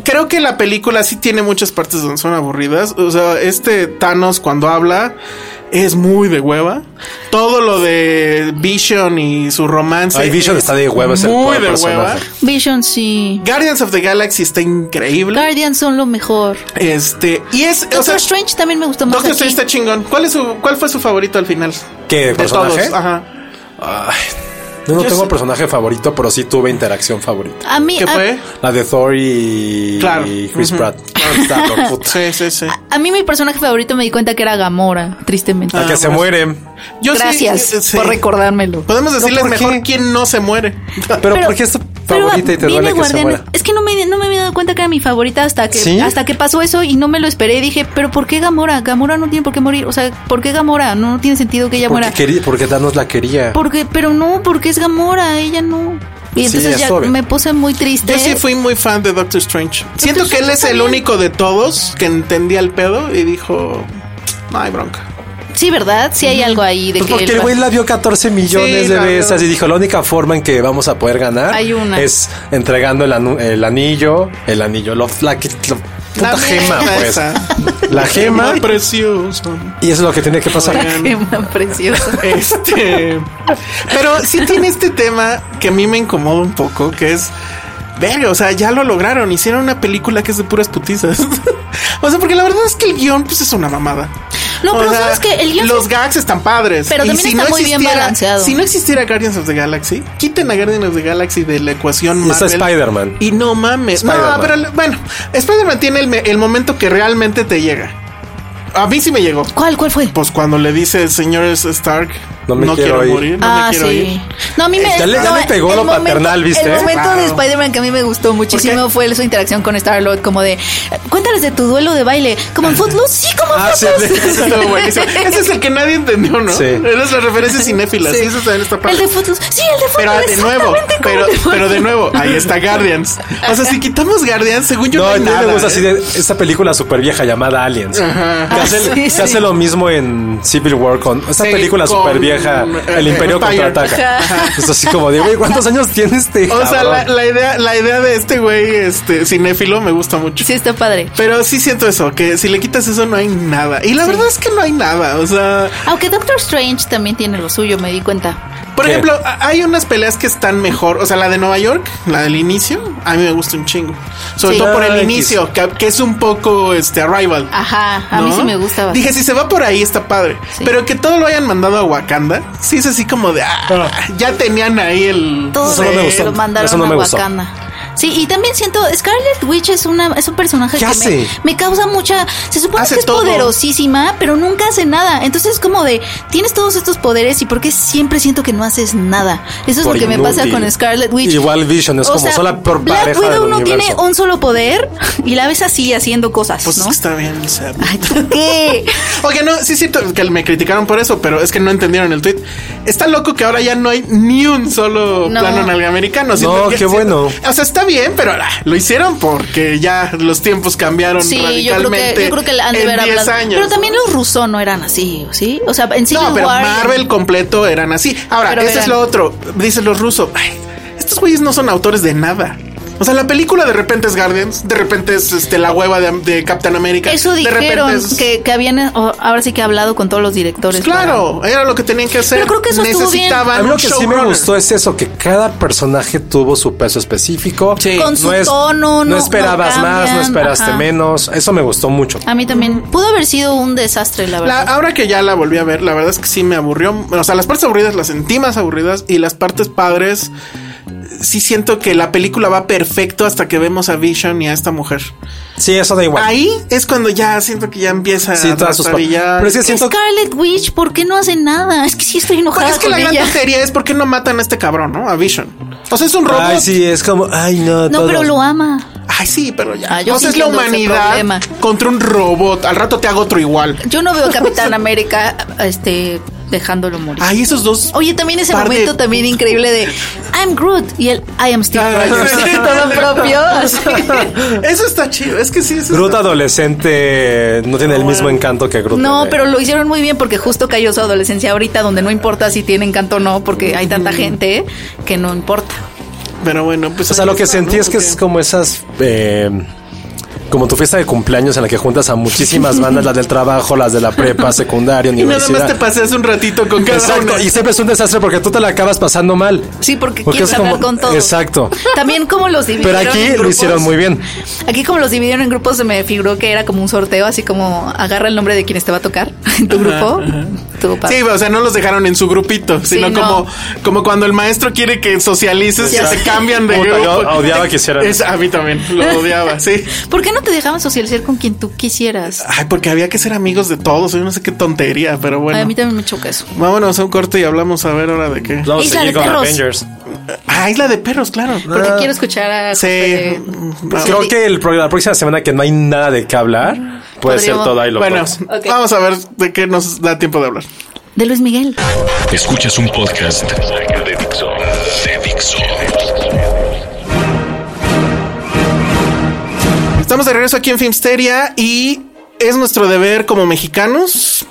Creo que la película sí tiene muchas partes donde son aburridas. O sea, este Thanos cuando habla es muy de hueva. Todo lo de Vision y su romance. Ay, Vision es está de hueva, es el Muy pobre de personaje. hueva. Vision sí. Guardians of the Galaxy está increíble. Guardians son lo mejor. este, y es, o Doctor sea, Strange también me gustó más. Doctor aquí. Strange está chingón. ¿Cuál es su cuál fue su favorito al final? ¿Qué De personaje? todos, ajá. Ah. Yo no Yo tengo sí. personaje favorito, pero sí tuve interacción favorita. A mí ¿Qué a- fue? La de Thor y, Claro. y Chris <laughs> Ujú. Pratt. Está por puta. Sí, sí, sí. A mí mi personaje favorito me di cuenta que era Gamora, tristemente. La que se muere. Ah. Yo sí, Gracias eh, sí. por recordármelo. Podemos decirles ¿por qué? mejor quién no <laughs> se muere. Pero, ¿por qué es tu pero favorita y te vi de duele que se Guardianes- muera? Es que no me, no me había dado cuenta que era mi favorita hasta que ¿Sí? hasta que pasó eso y no me lo esperé. Dije, pero ¿por qué Gamora? Gamora no tiene por qué morir. O sea, ¿por qué Gamora? No, no tiene sentido que ella Porque, muera. quería, porque Thanos la quería. Porque, pero no, porque es Gamora, ella no. Y Sí, entonces es ya obvio. me puse muy triste. Yo sí fui muy fan de Doctor Strange. Siento que él es el único de todos que entendía el pedo y dijo, no hay bronca. Sí, ¿verdad? Sí hay algo ahí de Pues que porque él el va- <laughs> güey la vio 14 millones Sí, de la vio. veces y dijo, la única forma en que vamos a poder ganar Hay una. es entregando el, anu- el anillo, el anillo, lo, la, que- lo- puta La gema, mierda pues. esa. <laughs> <laughs> La gema, Ay, precioso. y eso es lo que tiene que pasar. Qué man <laughs> precioso. <laughs> Este. Pero sí tiene este tema que a mí me incomoda un poco, que es. Verga, o sea, ya lo lograron. Hicieron una película que es de puras putizas. <laughs> o sea, porque la verdad es que el guión, pues es una mamada. No, O pero sea, sabes que el guión. Los gags están padres. Pero Y también está muy bien existiera- balanceado. Si no existiera Guardians of the Galaxy, quiten a Guardians of the Galaxy de la ecuación Y está Marvel. Spider-Man. Y no mames. No, Spider-Man. pero le- bueno, Spider-Man tiene el, me- el momento que realmente te llega. A mí sí me llegó. ¿Cuál, cuál fue? Pues cuando le dice el señor Stark, No no, me quiero quiero, ir". morir, no ah, me quiero sí. ir. <laughs> No, a mí me. Ya le- ya no, le pegó el lo paternal, ¿viste? El momento Claro. de Spider-Man que a mí me gustó muchísimo fue su interacción con Star-Lord, como de. Cuéntales de tu duelo de baile. Como en Footloose, sí, como en Ah, sí, Footloose. Ese estuvo <laughs> buenísimo. Ese es el que nadie entendió, ¿no? Sí. Eres las referencias cinéfilas. Sí. Y eso también está El padre. de Footloose. Sí, el de Footloose. Pero ah, de nuevo, exactamente como pero, el de Footloose. pero de nuevo, ahí está Guardians. O sea, si quitamos Guardians, según yo, No, no, a hay mí nada. me gusta ¿eh? así de esta película super vieja llamada Aliens. Que, Ah, hace, sí, que sí. hace lo mismo en Civil War con esta Sí, película con, super vieja, eh, El Imperio Empire. contraataca. Es así como de, güey, ¿cuántos años tiene este? O sea, la, cabrón? la idea, la idea de este güey este, cinéfilo me gusta mucho. Sí, está padre. Pero sí siento eso, que si le quitas eso no hay nada. Y la verdad es que no hay nada. O sea, Aunque Doctor Strange también tiene lo suyo, me di cuenta. Por ¿Qué? ejemplo, a- hay unas peleas que están mejor. O sea, la de Nueva York, la del inicio, a mí me gusta un chingo. Sobre Sí. todo por Ah, el X. inicio, que, que es un poco este Arrival. Ajá, a mí ¿no? sí me gusta bastante. Dije, si se va por ahí, está padre. Sí. Pero que todo lo hayan mandado a Wakanda, sí es así como de ah, ya tenían ahí el. Todo Eso no me lo gustó. mandaron Eso no a me gustó. Wakanda. Sí, y también siento, Scarlet Witch es una es un personaje ¿Qué que hace? Me, me causa mucha, se supone Hace que es todo. poderosísima, pero nunca hace nada. Entonces es como de, tienes todos estos poderes y por qué siempre siento que no haces nada. Eso es Por lo que me pasa inútil. con Scarlet Witch. Igual Vision es O como sea, sola por Black pareja del Widow no universo. tiene un solo poder y la ves así haciendo cosas, Pues es ¿no? que está bien, o sea. Ay, <laughs> ¿tú qué? Oye, no, sí es cierto que me criticaron por eso, pero es que no entendieron el tweet. Está loco que ahora ya no hay ni un solo No. plano nalgamericano. No, que- qué bueno. O sea, está bien, pero ah, lo hicieron porque ya los tiempos cambiaron Sí, yo creo radicalmente. que, yo creo que la han de en haber 10 hablado. años. Pero también los rusos no eran así, ¿sí? O sea, en Civil No, pero War- Marvel completo eran así. Ahora, Pero ese verán. es lo otro. Dicen los rusos. "Ay, estos güeyes no son autores de nada. O sea, la película de repente es Guardians, de repente es este, la hueva de, de Captain America. Eso de dijeron repente es- que, que habían o- ahora sí que ha hablado con todos los directores. Pues claro, era lo que tenían que hacer. Pero creo que eso estuvo bien. Necesitaban A mí lo un que sí me showrunner. gustó es eso, que cada personaje tuvo su peso específico. Sí. Con su tono, no- No esperabas no más, no cambian, esperaste ajá. menos. Eso me gustó mucho. para- A mí también pudo haber sido un desastre, la La- verdad. ahora que ya la volví a ver, la verdad es que sí me aburrió. O sea, las partes aburridas las sentí más aburridas y las partes padres. Sí siento que la película va perfecto hasta que vemos a Vision y a esta mujer. Sí, eso da igual. Ahí es cuando ya siento que ya empieza Sí, a todas sus pa- trastabillar. Pero es que siento Scarlet Witch, ¿por qué no hace nada? Es que sí estoy enojada ah, Pues es que con la gran ella. tontería es por qué no matan a este cabrón, ¿no? A Vision. O sea, es un robot. Ay, sí, es como, ay, no, No, todo. pero lo ama. Ay, sí, pero ya. Ah, yo o sea, es sí la entiendo ese humanidad problema. contra un robot. Al rato te hago otro igual. Yo no veo a Capitán <laughs> América este, dejándolo morir. Ay, esos dos. Oye, también ese Par de- momento también increíble de I'm Groot y el I am Steve Ay, Rogers. Ah, <laughs> sí, <laughs> Todo también. propio. así. <laughs> Eso está chido. Es que sí, eso Groot está- adolescente no tiene el mismo encanto que Groot. No, bebé. pero lo hicieron muy bien porque justo cayó su adolescencia ahorita donde no importa si tiene encanto o no porque hay tanta gente que no importa. Pero bueno, pues. O sea, ahí lo que está, sentí ¿no? es que es como esas. eh, como tu fiesta de cumpleaños en la que juntas a muchísimas bandas, las del trabajo, las de la prepa, secundaria, Y nada más universidad. te paseas un ratito con cada Exacto, uno. y siempre es un desastre porque tú te la acabas pasando mal. Sí, porque, Porque quieres es hablar como. con todos. <laughs> Exacto. También como los Pero dividieron. en aquí lo grupos- hicieron muy bien. Aquí como los dividieron en grupos se me figuró que era como un sorteo, así como agarra el nombre de quienes te va a tocar <laughs> en tu grupo. Estuvo padre. Sí, o sea, no los dejaron en su grupito, sino no. como, como cuando el maestro quiere que socialices y Ya se sé. cambian de Puta, grupo. yo odiaba que hicieran Es- a mí también, lo odiaba, sí. ¿Por qué no te dejaban socializar con quien tú Ah, quisieras? Ay, porque había que ser amigos de todos, yo no sé qué tontería, pero bueno. A mí también me choca eso. Vámonos a un corte y hablamos a ver ahora de qué. Vamos a Isla seguir de con perros. Avengers. Ah, Isla de Perros, claro. Porque Ah, quiero escuchar a... Sí. José. Pues Creo que el, pro- la próxima semana que no hay nada de qué hablar, puede ser Podríamos- todo ahí lo Bueno, Ok. vamos a ver de qué nos da tiempo de hablar. De Luis Miguel. Escuchas un podcast de Dixo. De Dixo. Estamos de regreso aquí en Filmsteria y es nuestro deber como mexicanos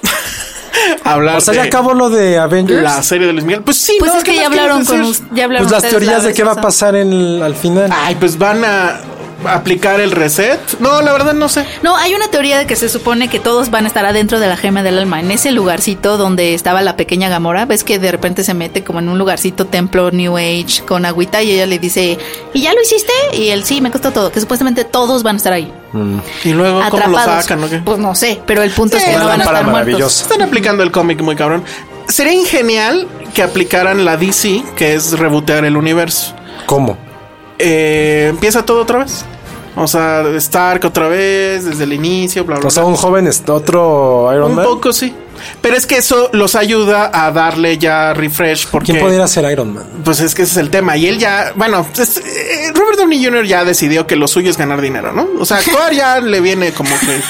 <laughs> hablar O sea, de ya acabó lo de Avengers. la serie de Luis Miguel. Pues sí, Pues ¿no? es ¿Qué que ya más quieres hablaron con decir? us- ya hablaron pues las ustedes teorías la de qué va a vez pasada. pasar en el- al final. Ay, pues van a aplicar el reset. No, la verdad no sé. No, hay una teoría de que se supone que todos van a estar adentro de la gema del alma, en ese lugarcito donde estaba la pequeña Gamora. Ves que de repente se mete como en un lugarcito templo New Age con agüita y ella le dice, ¿y ya lo hiciste? Y él sí, me costó todo, que supuestamente todos van a estar ahí, Y luego, ¿cómo lo atrapados. sacan o qué? Pues no sé, pero el punto Sí, es que una no van a lámpara estar muertos. maravillosa. Están aplicando el cómic muy cabrón. Sería genial que aplicaran la DC, que es rebotear el universo. ¿Cómo? Eh, Empieza todo otra vez. O sea, Stark otra vez, desde el inicio, bla, bla, O sea, bla. un joven, es- otro Iron Un Man. poco sí. Pero es que eso los ayuda a darle ya refresh porque... ¿Quién podría ser Iron Man? Pues es que ese es el tema. Y él ya, bueno, es- eh, Robert Downey Jr. ya decidió que lo suyo es ganar dinero, ¿no? O sea, actuar ya <laughs> le viene como que.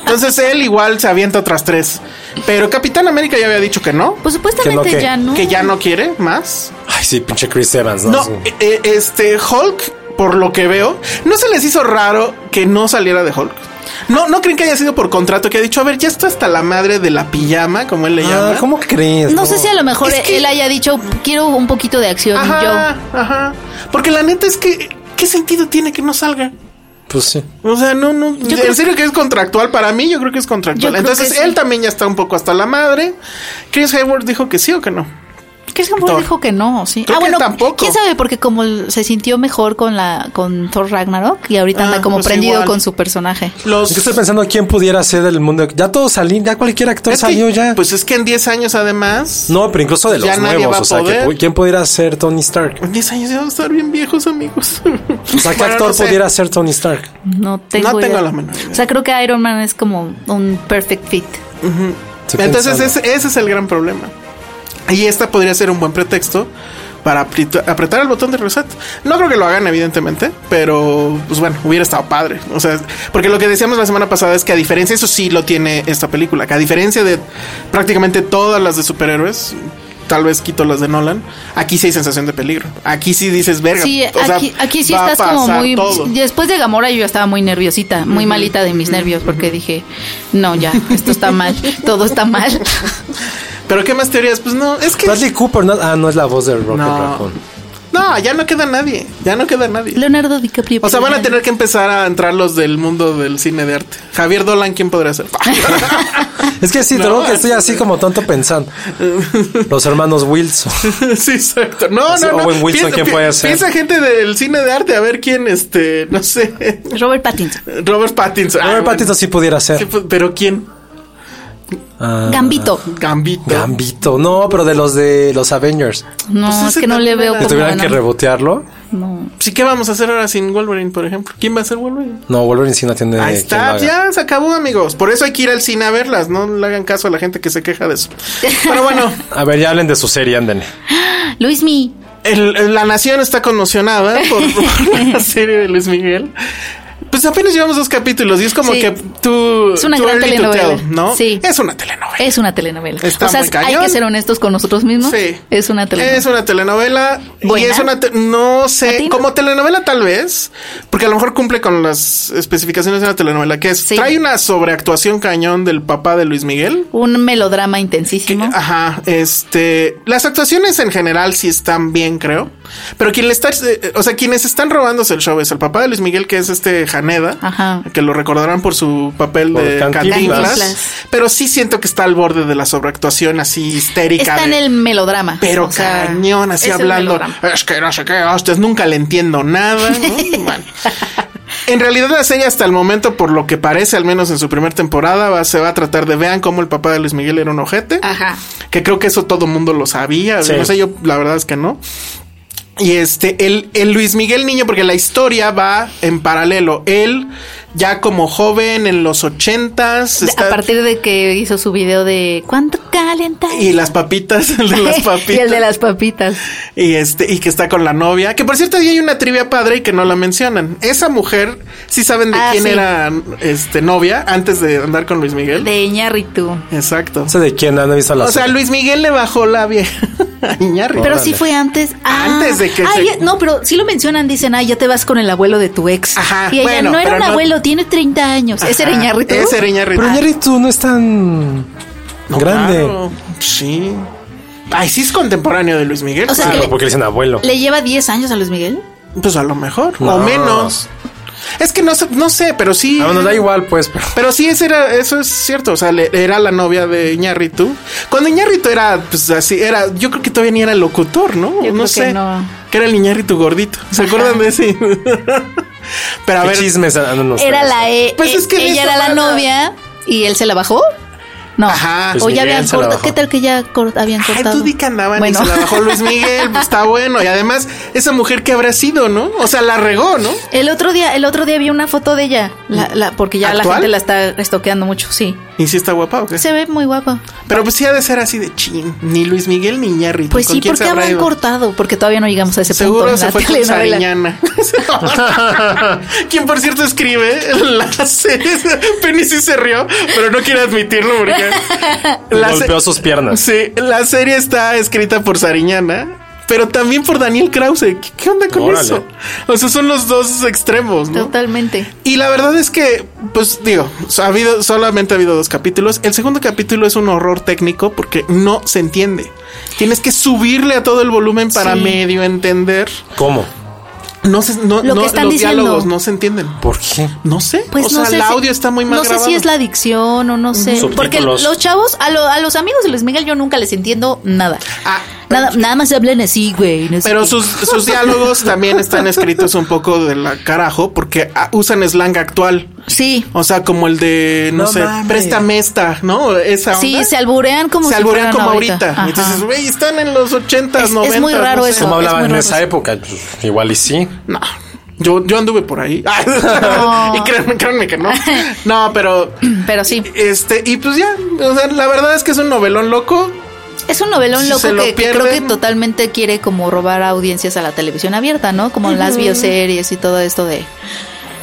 Entonces él igual se avienta otras tres. Pero Capitán América ya había dicho que no, Pues supuestamente Que no, que- ya no. que ya no quiere más. Ay, sí, pinche Chris Evans, ¿no? No, Ah, Sí. eh, eh, este Hulk, por lo que veo, ¿no se les hizo raro que no saliera de Hulk? No, no creen que haya sido por contrato que ha dicho, a ver, ya está hasta la madre de la pijama, como él le Ah, llama. ¿Cómo crees? No sé si a lo mejor Es que- él haya dicho, quiero un poquito de acción Ajá, yo. ajá. Porque la neta es que, ¿qué sentido tiene que no salga? Pues sí. O sea, no, no. Yo creo- en serio que es contractual. Para mí, yo creo que es Yo contractual. creo Entonces, que sí. él también ya está un poco hasta la madre. Chris Hayward dijo que sí o que no. Chris Hemsworth Thor. dijo que no, sí. Ah, Creo que tampoco. quién sabe porque como el- se sintió mejor con la con Thor Ragnarok y ahorita Ah, anda como pues prendido igual. con su personaje. Los. Yo estoy pensando quién pudiera ser del mundo. Ya todos salí, ya cualquier actor es que- salió ya. Pues es que en 10 años, además. no, pero incluso de los ya nadie va nuevos. a O sea, que poder. pu- ¿quién pudiera ser Tony Stark? En 10 años ya van a estar bien viejos, amigos. sea, ¿qué Bueno, actor no sé. pudiera ser Tony Stark? No tengo, No tengo idea. la menor idea. O sea, creo que Iron Man es como un perfect fit. Estoy Entonces pensando. ese, ese es el gran problema. Y esta podría ser un buen pretexto para aprietu- apretar el botón de reset. No creo que lo hagan, evidentemente, pero pues bueno, hubiera estado padre. O sea, porque lo que decíamos la semana pasada es que a diferencia, eso sí lo tiene esta película, que a diferencia de prácticamente todas las de superhéroes, tal vez quito las de Nolan, aquí sí hay sensación de peligro. Aquí sí dices, verga. Sí, o sea, aquí, aquí sí va a estás como pasar muy... todo". Después de Gamora yo ya estaba muy nerviosita, muy malita de mis nervios, porque dije, no, ya, esto está <laughs> mal, todo está mal. Pero ¿qué más teorías? Pues no, es que... Bradley Cooper, no- ah, no es la voz de Rocket No. Raccoon. No, ya no queda nadie. Ya no queda nadie. Leonardo DiCaprio. O sea, van a tener que empezar a entrar los del mundo del cine de arte. Javier Dolan, ¿quién <laughs> podría ser? <laughs> Es que sí, No, te lo que es- estoy así como tonto <laughs> pensando. Los hermanos Wilson. sí, exacto. No, no, no. Owen Wilson, ¿quién pi- puede ser? Piensa gente del cine de arte, a ver quién, este, no sé. <laughs> Robert Pattinson. Robert Pattinson. Ah, Robert bueno. Pattinson sí pudiera ser. Sí, pues, Pero ¿quién? Ah, Gambito. Gambito. Gambito. No, pero de los de los Avengers. No, Pues es ese que no le también veo... era- Que como tuvieran ganar. que rebotearlo. No. Sí, ¿qué vamos a hacer ahora sin Wolverine, por ejemplo? ¿Quién va a ser Wolverine? No, Wolverine sí no tiene. Ahí quien Eh, lo está, haga. ya se acabó, amigos. Por eso hay que ir al cine a verlas. No le hagan caso a la gente que se queja de eso. Pero bueno, A ver, ya hablen de su serie, anden. Luis Mi. El- el- la nación está <laughs> conmocionada por, por la serie de Luis Miguel. Pues apenas llevamos dos capítulos y es como Sí. que tú... Es una tú gran early to telenovela. tell, ¿no? Sí. Es una telenovela. Es una telenovela. Está o sea, muy hay cañón. que ser honestos con nosotros mismos. Sí. Es una telenovela. Es una telenovela. ¿Buena? Y es una... te- no ¿A ti sé, no? como telenovela tal vez, porque a lo mejor cumple con las especificaciones de una telenovela, que es... Sí. Trae una sobreactuación cañón del papá de Luis Miguel. Un melodrama Que- intensísimo. Eh, Ajá, este, las actuaciones en general sí están bien, creo. Pero quien le está, eh, o sea, quienes están robándose el show es el papá de Luis Miguel, que es este Janeda, Ajá. que lo recordarán por su papel Por de Cantinflas. Cantinflas. Cantinflas. Pero sí siento que está al borde de la sobreactuación así histérica. Está en de- el melodrama. pero o sea, cañón, así es el hablando. melodrama. Es que no sé qué, hostias, nunca le entiendo nada. ¿no? <laughs> Bueno. En realidad la serie hasta el momento, por lo que parece, al menos en su primera temporada, va- se va a tratar de vean cómo el papá de Luis Miguel era un ojete. Ajá. Que creo que eso todo mundo lo sabía. Sí. No sé, yo la verdad es que no. Y este, el, el Luis Miguel Niño, porque la historia va en paralelo. Él, ya como joven en los ochentas, De- está- A partir de que hizo su video de ¿Cuánto calienta? y las papitas, el de las papitas. <laughs> y el de las papitas. Y este, y que está con la novia. Que por cierto, ahí hay una trivia padre y que no la mencionan. Esa mujer, sí saben de Ah, quién sí. era este novia antes de andar con Luis Miguel. De Iñarritu. Exacto. No sé de quién, no he visto la O sea, Luis Miguel le bajó la vieja <laughs> a Iñárritu. Pero sí fue antes. Ah, Antes de que ah, se- ya- no, pero sí lo mencionan. Dicen, ah, ya te vas con el abuelo de tu ex. Ajá, Y ella bueno, no era pero un no- abuelo, tiene 30 años. Ese era Iñarritu. Ese era Iñárritu. Pero Iñárritu no es tan No, grande. claro, Sí. Ay, sí es contemporáneo de Luis Miguel. O sea, claro. Claro, porque le dicen abuelo. ¿Le lleva 10 años a Luis Miguel? Pues a lo mejor. No. O menos. Es que no sé, no sé, pero sí. Ah, bueno, da igual, pues. pero- Pero sí, ese era, eso es cierto. O sea, le- era la novia de Iñarritu. Cuando Iñarritu era, pues así, era. Yo creo que todavía ni era el locutor, ¿no? creo no que sé. no. Que era el Iñarritu gordito. ¿Se acuerdan <laughs> de ese? pero a ¿Qué ver. chismes andan ustedes? Era la e- Pues e- es que en esa ella era la banda- novia y él se la bajó. No. Ajá. Pues o ya Miguel habían se la cortado. bajó. ¿Qué tal que ya cort- habían Ay, cortado? tú di que andaban Bueno. y se la bajó Luis Miguel, pues, está bueno. Y además, esa mujer que habrá sido, ¿no? O sea, la regó, ¿no? <laughs> El otro día, el otro día vi una foto de ella, la- la- porque ya la ¿Actual? Pues gente la está estoqueando mucho, sí. Y sí está guapa, ¿o qué? Se ve muy guapa. Pero pues sí ha de ser así de chin. Ni Luis Miguel ni Iñárritu. Pues ¿Con sí, quién ¿por se qué habrá habrán ido? cortado? Porque todavía no llegamos a ese punto Seguro en se la fue con telenovela. Sariñana. <laughs> Quien por cierto escribe la serie. Penny sí se rió, pero no quiere admitirlo porque la se- Golpeó sus piernas. Sí, la serie está escrita por Sariñana. Pero también por Daniel Krause. ¿Qué, qué onda con Órale. eso? O sea, son los dos extremos, ¿no? Totalmente. Y la verdad es que, pues digo, ha habido, solamente ha habido dos capítulos. El segundo capítulo es un horror técnico porque no se entiende. Tienes que subirle a todo el volumen para Sí. medio entender. ¿Cómo? No se, no, Lo que no- están los diciendo. diálogos no se entienden. ¿Por qué? No sé. Pues o no sea, sé el si- audio está muy mal No grabado. sé si es la adicción o no sé. Subtítulos. Porque los chavos, a, lo- a los amigos de Luis Miguel, yo nunca les entiendo nada. Ah, nada, nada más hablan así, güey. no sé Pero <laughs> qué. sus, sus diálogos también están escritos un poco de la carajo porque ah, usan slang actual. Sí. O sea, como el de, no, No sé, mames. préstame esta, ¿no? Esa Sí, onda. se alburean como se si alburean fueran como ahorita. ahorita. Ajá. Entonces, güey, están en los 80s, Es- 90s. es muy raro no sé. eso. ¿Cómo es hablaban muy en raro. esa época? Pues, igual y sí. No. Yo, yo anduve por ahí. <laughs> y créanme, créanme <laughs> que no. No, pero. Pero sí. Este, y pues ya. O sea, la verdad es que es un novelón loco. Es un novelón Si loco se lo que, que creo que pierden- totalmente quiere como robar audiencias a la televisión abierta, ¿no? Como las bioseries y todo esto de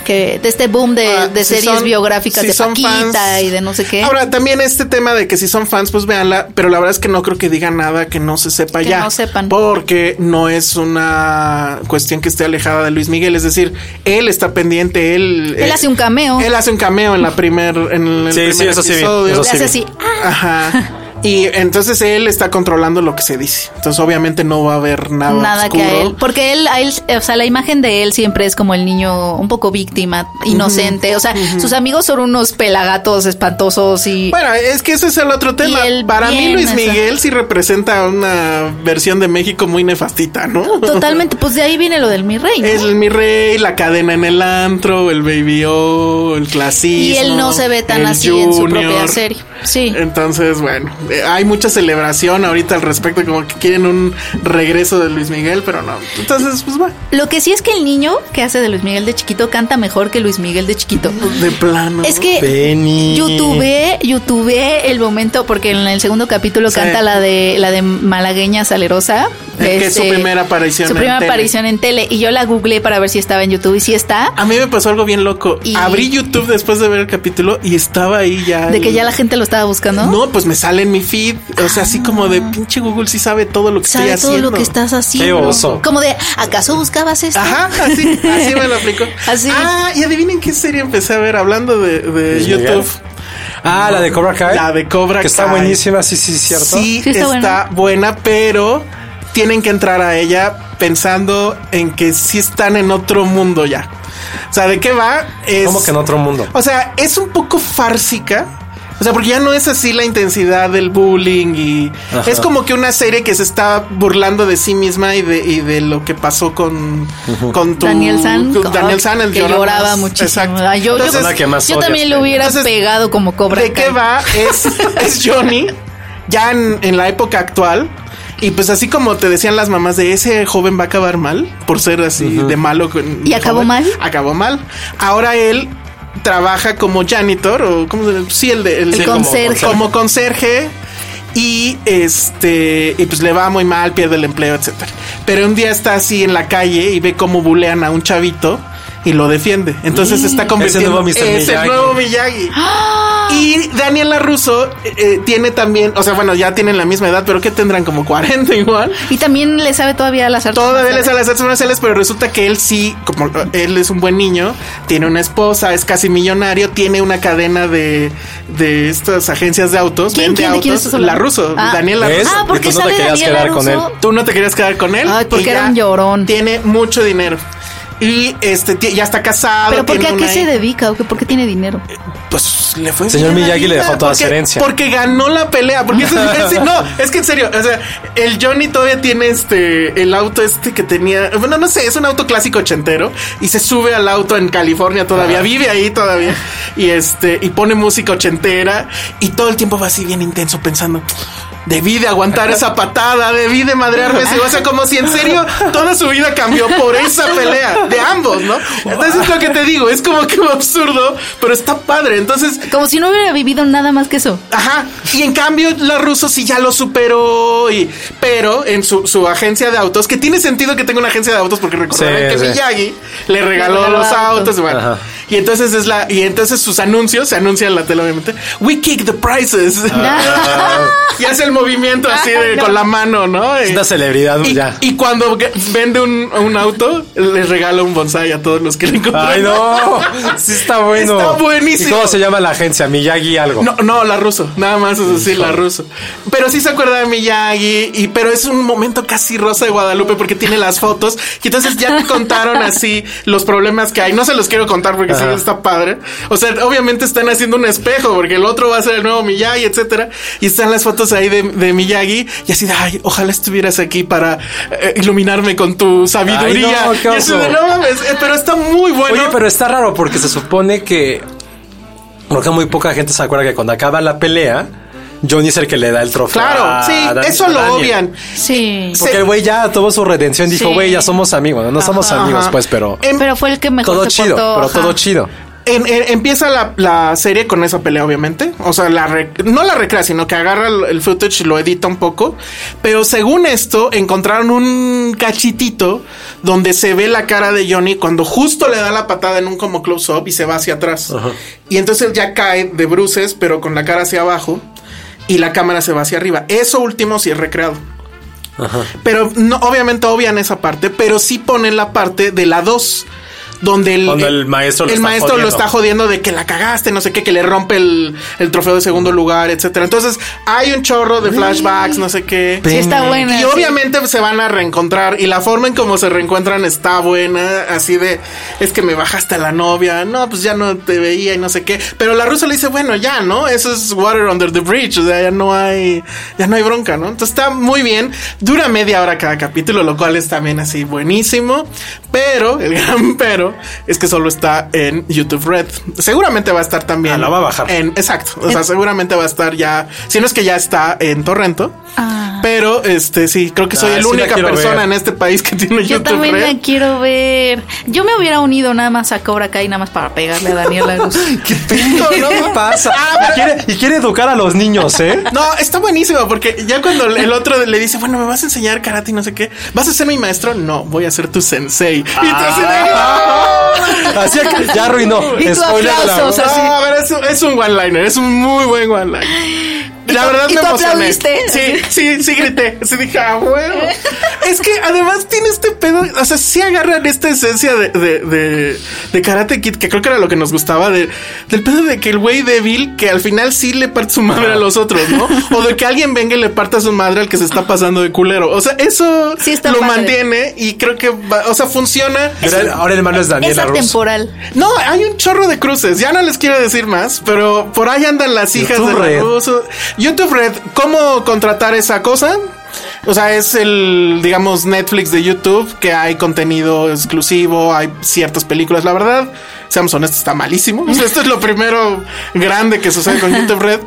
que de este boom de, Ah, de si series son- biográficas si de son Paquita fans. y de no sé qué. Ahora, también este tema de que si son fans, pues véanla, pero la verdad es que no creo que diga nada que no se sepa Que ya. no sepan. Porque no es una cuestión que esté alejada de Luis Miguel, es decir, él está pendiente, él... Él eh, hace un cameo. Él hace un cameo en la primer... En el Sí, primer sí, eso sí vi, episodio. eso Le sí hace vi. así. ah, Ajá. Y entonces él está controlando lo que se dice. Entonces obviamente no va a haber nada. Nada que a oscuro. él, porque él, a él, eh, o sea, la imagen de él siempre es como el niño un poco víctima, inocente, o sea, sus amigos son unos pelagatos espantosos y Bueno, es que ese es el otro tema. él Para bien, mí Luis o sea. Miguel sí representa una versión de México muy nefastita, ¿no? totalmente, pues de ahí viene lo del mi rey. ¿no? Es el mi rey, la cadena en el antro, el baby O, el clasismo. Y él no se ve tan el así en su propia Junior. serie. Sí. Entonces, bueno, eh, hay mucha celebración ahorita al respecto, como que quieren un regreso de Luis Miguel, pero no. Entonces, pues va, Lo que sí es que el niño que hace de Luis Miguel de chiquito canta mejor que Luis Miguel de chiquito. de plano. Es que Penny. YouTube, YouTube el momento porque en el segundo capítulo Sí. canta la de la de malagueña salerosa, Este, Eh, que es su primera aparición su en primera tele. aparición en tele y yo la googleé para ver si estaba en YouTube y si está. A mí me pasó algo bien loco. Y- Abrí YouTube después de ver el capítulo y estaba ahí ya. De el- que ya la gente lo estaba buscando. No, pues me sale en mi feed. O sea, así como de pinche Google sí sabe todo lo que Ah. Sabe estoy todo haciendo. lo que estás haciendo. oso. Como de, ¿acaso buscabas esto? Ajá, así, así <laughs> me lo aplicó. Así. Ah, y adivinen qué serie empecé a ver hablando de, de Luis Miguel. YouTube. Ah, la de Cobra Kai. La de Cobra Que está Kai. buenísima, sí, sí, cierto. Sí, Sí está está, buena. buena, pero tienen que entrar a ella pensando en que sí están en otro mundo ya. O sea, ¿de qué va? Es, Como que en otro mundo. O sea, es un poco fársica. O sea, porque ya no es así la intensidad del bullying y Ajá. es como que una serie que se está burlando de sí misma y de, y de lo que pasó con, con tu- Daniel San, con Daniel San, el que llorón lloraba más. muchísimo. Exacto. Ay, yo, yo- Entonces, Persona que más yo odias, también lo Penny. hubiera Entonces, pegado como cobra. ¿De qué Kai. va? Es, <laughs> es Johnny, ya en, en la época actual. Y pues así como te decían las mamás de ese joven va a acabar mal por ser así de malo. con- ¿Y acabó joven, mal? Acabó mal. Ahora él trabaja como janitor o como se le- sí el de el, El sí, como- conserje. como conserje y este y pues le va muy mal pierde el empleo etcétera pero un día está así en la calle y ve cómo bulean a un chavito y lo defiende entonces está convirtiendo nuevo Mr. es el Miyagi. nuevo Miyagi. Y Daniela Russo eh, eh, tiene también, o sea, bueno, ya tienen la misma edad, pero que tendrán como 40 igual. Y también le sabe todavía las artes. Todavía les sale las artes marciales, pero resulta que él sí, como eh, él es un buen niño, tiene una esposa, es casi millonario, tiene una cadena de, de estas agencias de autos, ¿Quién, vende quién, de quién autos. estás hablando? la Russo, Ah. Daniela ¿Ves? Russo. Ah, porque Entonces no te sale querías Daniela quedar con Russo. él. Tú no te querías quedar con él. Ay, Ah, porque y era ya un llorón. Tiene mucho dinero. Y este ti- ya está casado. Pero ¿por qué tiene a qué una se hija. dedica? ¿O qué? ¿Por qué tiene dinero? Pues le fue Señor bien a la Miyagi le vida, dejó toda su porque- herencia. Porque ganó la pelea. Porque ese es- ese- no, es que en serio, o sea, el Johnny todavía tiene este, el auto este que tenía. Bueno, no sé, es un auto clásico ochentero y se sube al auto en California todavía, vive ahí todavía y este, y pone música ochentera y todo el tiempo va así bien intenso pensando. Debí de aguantar esa patada, debí de madrearme ese- O sea, como si en serio toda su vida cambió por esa pelea de ambos, ¿no? Entonces es lo que te digo, es como que absurdo, pero está padre. Entonces Como si no hubiera vivido nada más que eso. Ajá. Y en cambio, la ruso sí ya lo superó. Y, pero en su, su agencia de autos, que tiene sentido que tenga una agencia de autos, porque recordarán Sí, que sí. Miyagi le regaló regaló los autos. autos. bueno. Ajá. Y entonces es la, y entonces sus anuncios se anuncian en la tele, obviamente. We kick the prices. Ah. <laughs> y hace el movimiento así de- con la mano, ¿no? Es Y- una celebridad y, ya. y cuando que- vende un, un auto, les regala un bonsai a todos los que le encuentran. Ay, <laughs> no. Sí está bueno. Está buenísimo. ¿Y cómo se llama la agencia? Miyagi algo. No, no, la ruso, nada más eso sí, la ruso. Pero sí se acuerda de Miyagi, y, pero es un momento casi rosa de Guadalupe porque tiene las fotos. Y entonces ya <laughs> te contaron así los problemas que hay. No se los quiero contar porque sí está padre. O sea, obviamente están haciendo un espejo porque el otro va a ser el nuevo Miyagi, etcétera. Y están las fotos ahí de, de Miyagi y así de ay, ojalá estuvieras aquí para eh, iluminarme con tu sabiduría. Ay, no, qué Y así de, oso. "No mames", eh, pero está muy bueno. Oye, pero está raro porque se supone que. Creo que muy poca gente se acuerda que cuando acaba la pelea, Johnny es el que le da el trofeo. Claro, a sí, Dan- eso a lo Ah, Daniel. obvian. Sí. Porque Se- el güey ya tuvo su redención, dijo, Sí. güey, ya somos amigos. No, No somos Ajá. amigos, pues, pero Em- Pero fue el que mejor todo se chido, portó, pero ajá. todo chido. En- en- empieza la, la serie con esa pelea, obviamente. O sea, la rec- no la recrea, sino que agarra el, el footage y lo edita un poco. Pero según esto, encontraron un cachitito donde se ve la cara de Johnny cuando justo le da la patada en un como close-up y se va hacia atrás. Y entonces ya cae de bruces, pero con la cara hacia abajo. Y la cámara se va hacia arriba. Eso último sí es recreado. Pero no, obviamente obvian esa parte, pero sí ponen la parte de la 2. Donde el, Cuando el maestro lo el está maestro lo jodiendo. está jodiendo de que la cagaste, no sé qué, que le rompe el, el trofeo de segundo lugar, etcétera. Entonces hay un chorro de flashbacks, no sé qué. Sí, está buena. Y sí. obviamente se van a reencontrar y la forma en cómo se reencuentran está buena, así de es que me bajaste a la novia, no, pues ya no te veía y no sé qué, pero la rusa le dice, bueno, ya, ¿no? Eso es water under the bridge, o sea, ya no hay ya no hay bronca, ¿no? Entonces está muy bien, dura media hora cada capítulo, lo cual es también así buenísimo, pero el <laughs> gran pero es que solo está en YouTube Red. Seguramente va a estar también Ah, la va a bajar. en exacto, o sea, seguramente va a estar ya, si no es que ya está en Torrento. Pero este sí, creo que soy Ah, el sí la única quiero persona ver. en este país que tiene Yo YouTube también Red. la quiero ver. Yo me hubiera unido nada más a Cobra Kai, nada más para pegarle a Daniel la luz. <laughs> <laughs> ¿Qué pedo, no pasa? y, quiere, y quiere educar a los niños, ¿eh? Ah, <laughs> No, está buenísimo porque ya cuando el otro le dice, bueno, me vas a enseñar karate y no sé qué, ¿vas a ser mi maestro? No, voy a ser tu sensei. Y tú así de, Ah. Así que ya arruinó. Y tu Spoiler de la- aplauso, o sea, "No". sí. No, a ver, es, un- es un one-liner, es un muy buen one-liner. La verdad y me tú emocioné. aplaudiste? Sí, sí, sí grité. Sí dije, ah, huevo". Es que además tiene este pedo. O sea, sí agarran esta esencia de, de, de- de Karate Kid, que creo que era lo que nos gustaba, de, del pedo de que el güey débil, que al final sí le parte su madre a los otros, ¿no? O de que alguien venga y le parta su madre al que se está pasando de culero. O sea, eso Sí está lo padre. mantiene y creo que, va- o sea, funciona. Pero el- ahora el hermano es Daniel Es Arruz. atemporal. No, hay un chorro de cruces. Ya no les quiero decir más, pero por ahí andan las hijas YouTube de Red. Russo. YouTube Red, ¿cómo contratar esa cosa? O sea, es el, digamos, Netflix de YouTube, que hay contenido exclusivo, hay ciertas películas. La verdad, seamos honestos, está malísimo. O sea, esto es lo primero grande que <laughs> sucede con YouTube Red.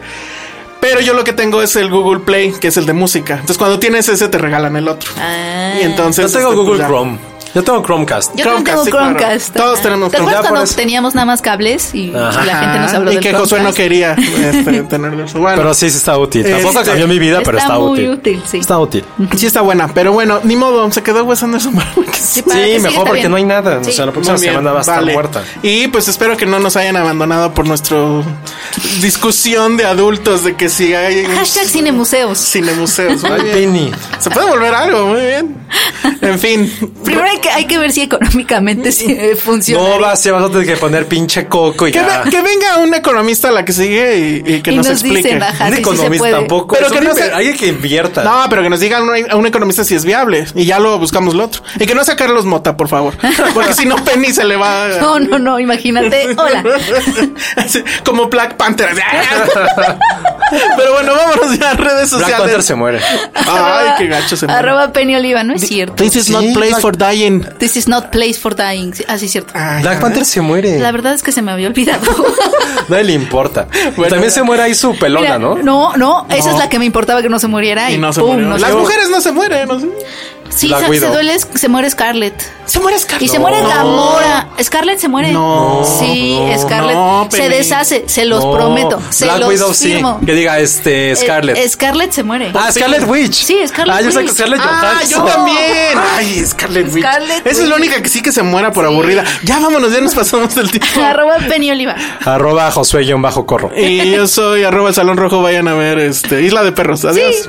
Pero yo lo que tengo es el Google Play, que es el de música. Entonces, cuando tienes ese, te regalan el otro. Ah. Y entonces. Yo tengo este, pues, Google ya. Chrome. Yo tengo Chromecast. Yo también Chromecast, tengo sí, claro. Chromecast. Todos ajá. tenemos ¿Te acuerdas Chromecast. Ya por cuando eso- teníamos nada más cables y Ajá. la gente nos habló Ah, y del que Josué no Chromecast? quería este, tener eso. Bueno, Pero sí, sí está útil. Tampoco Este- cambió mi vida, pero Está está muy útil. útil, sí. Está útil. sí está buena. Pero bueno, ni modo, se quedó Wes Anderson para lo que para sea. que Sí, pues, siga, está mejor porque bien. no hay nada. O Sí. sea, la próxima Muy bien, semana va a estar vale. muerta. Y pues espero que no nos hayan abandonado por nuestra discusión de adultos de que si hay <laughs> Hashtag Cinemuseos. cinemuseos. muy Ay, bien. Penny. Se puede volver algo, muy bien. En fin. Primero hay que, hay que ver si económicamente sí, eh, funciona. No vas, sí, vas a tener que poner pinche coco y Que, ya. ve- que venga un economista a la que sigue y, y que Y nos, nos dicen, explique. ajá. Un sí, sí se economista puede. tampoco. Pero Es que un no inver- se- Alguien que invierta. No, pero que nos digan un, a un economista si es viable y ya lo buscamos lo otro. Y que no sea Carlos Mota, por favor. <laughs> Porque si no, Penny se le va. a- No, no, no, imagínate. Hola. Así, Como Black Panther. Pero bueno, vámonos ya a Black redes sociales. Panther se muere. <laughs> Ay, qué gacho se muere. Arroba Penny Oliva, no es cierto. This is not Sí, place Black- for dying. This is not place for dying. Sí, Ah, sí, es cierto. Ay, Black ya Panther ves. se muere. La verdad es que se me había <laughs> olvidado. Nadie le importa. Bueno, También se muere ahí su pelona, Mira, ¿no? No, no, esa es la que me importaba que no se muriera. Y, Y no se pum, murió. no se Las murió. mujeres no se mueren, ¿no? sé. Sí, La se, Widow. se duele, se muere Scarlett. Se muere Scarlett. Y se muere Gamora. Scarlett se muere. No, Sí, Scarlett no, se Penny. deshace, se los No. prometo. Se Black los Widow firmo. sí. Que diga este Scarlett. Eh, Scarlett se muere. ah, Scarlet Witch. Sí, Scarlet Ah, yo sé que Witch. Scarlett Ah, Johansson. yo también. Ay, Scarlett Witch. Scarlett Esa es la Witch. única que sí que se muera por aburrida. Ya vámonos, ya nos pasamos del <laughs> tiempo. Arroba Penny Oliva. Arroba Josué-Corro. Y yo soy arroba el salón rojo. Vayan a ver este Isla de Perros. Adiós.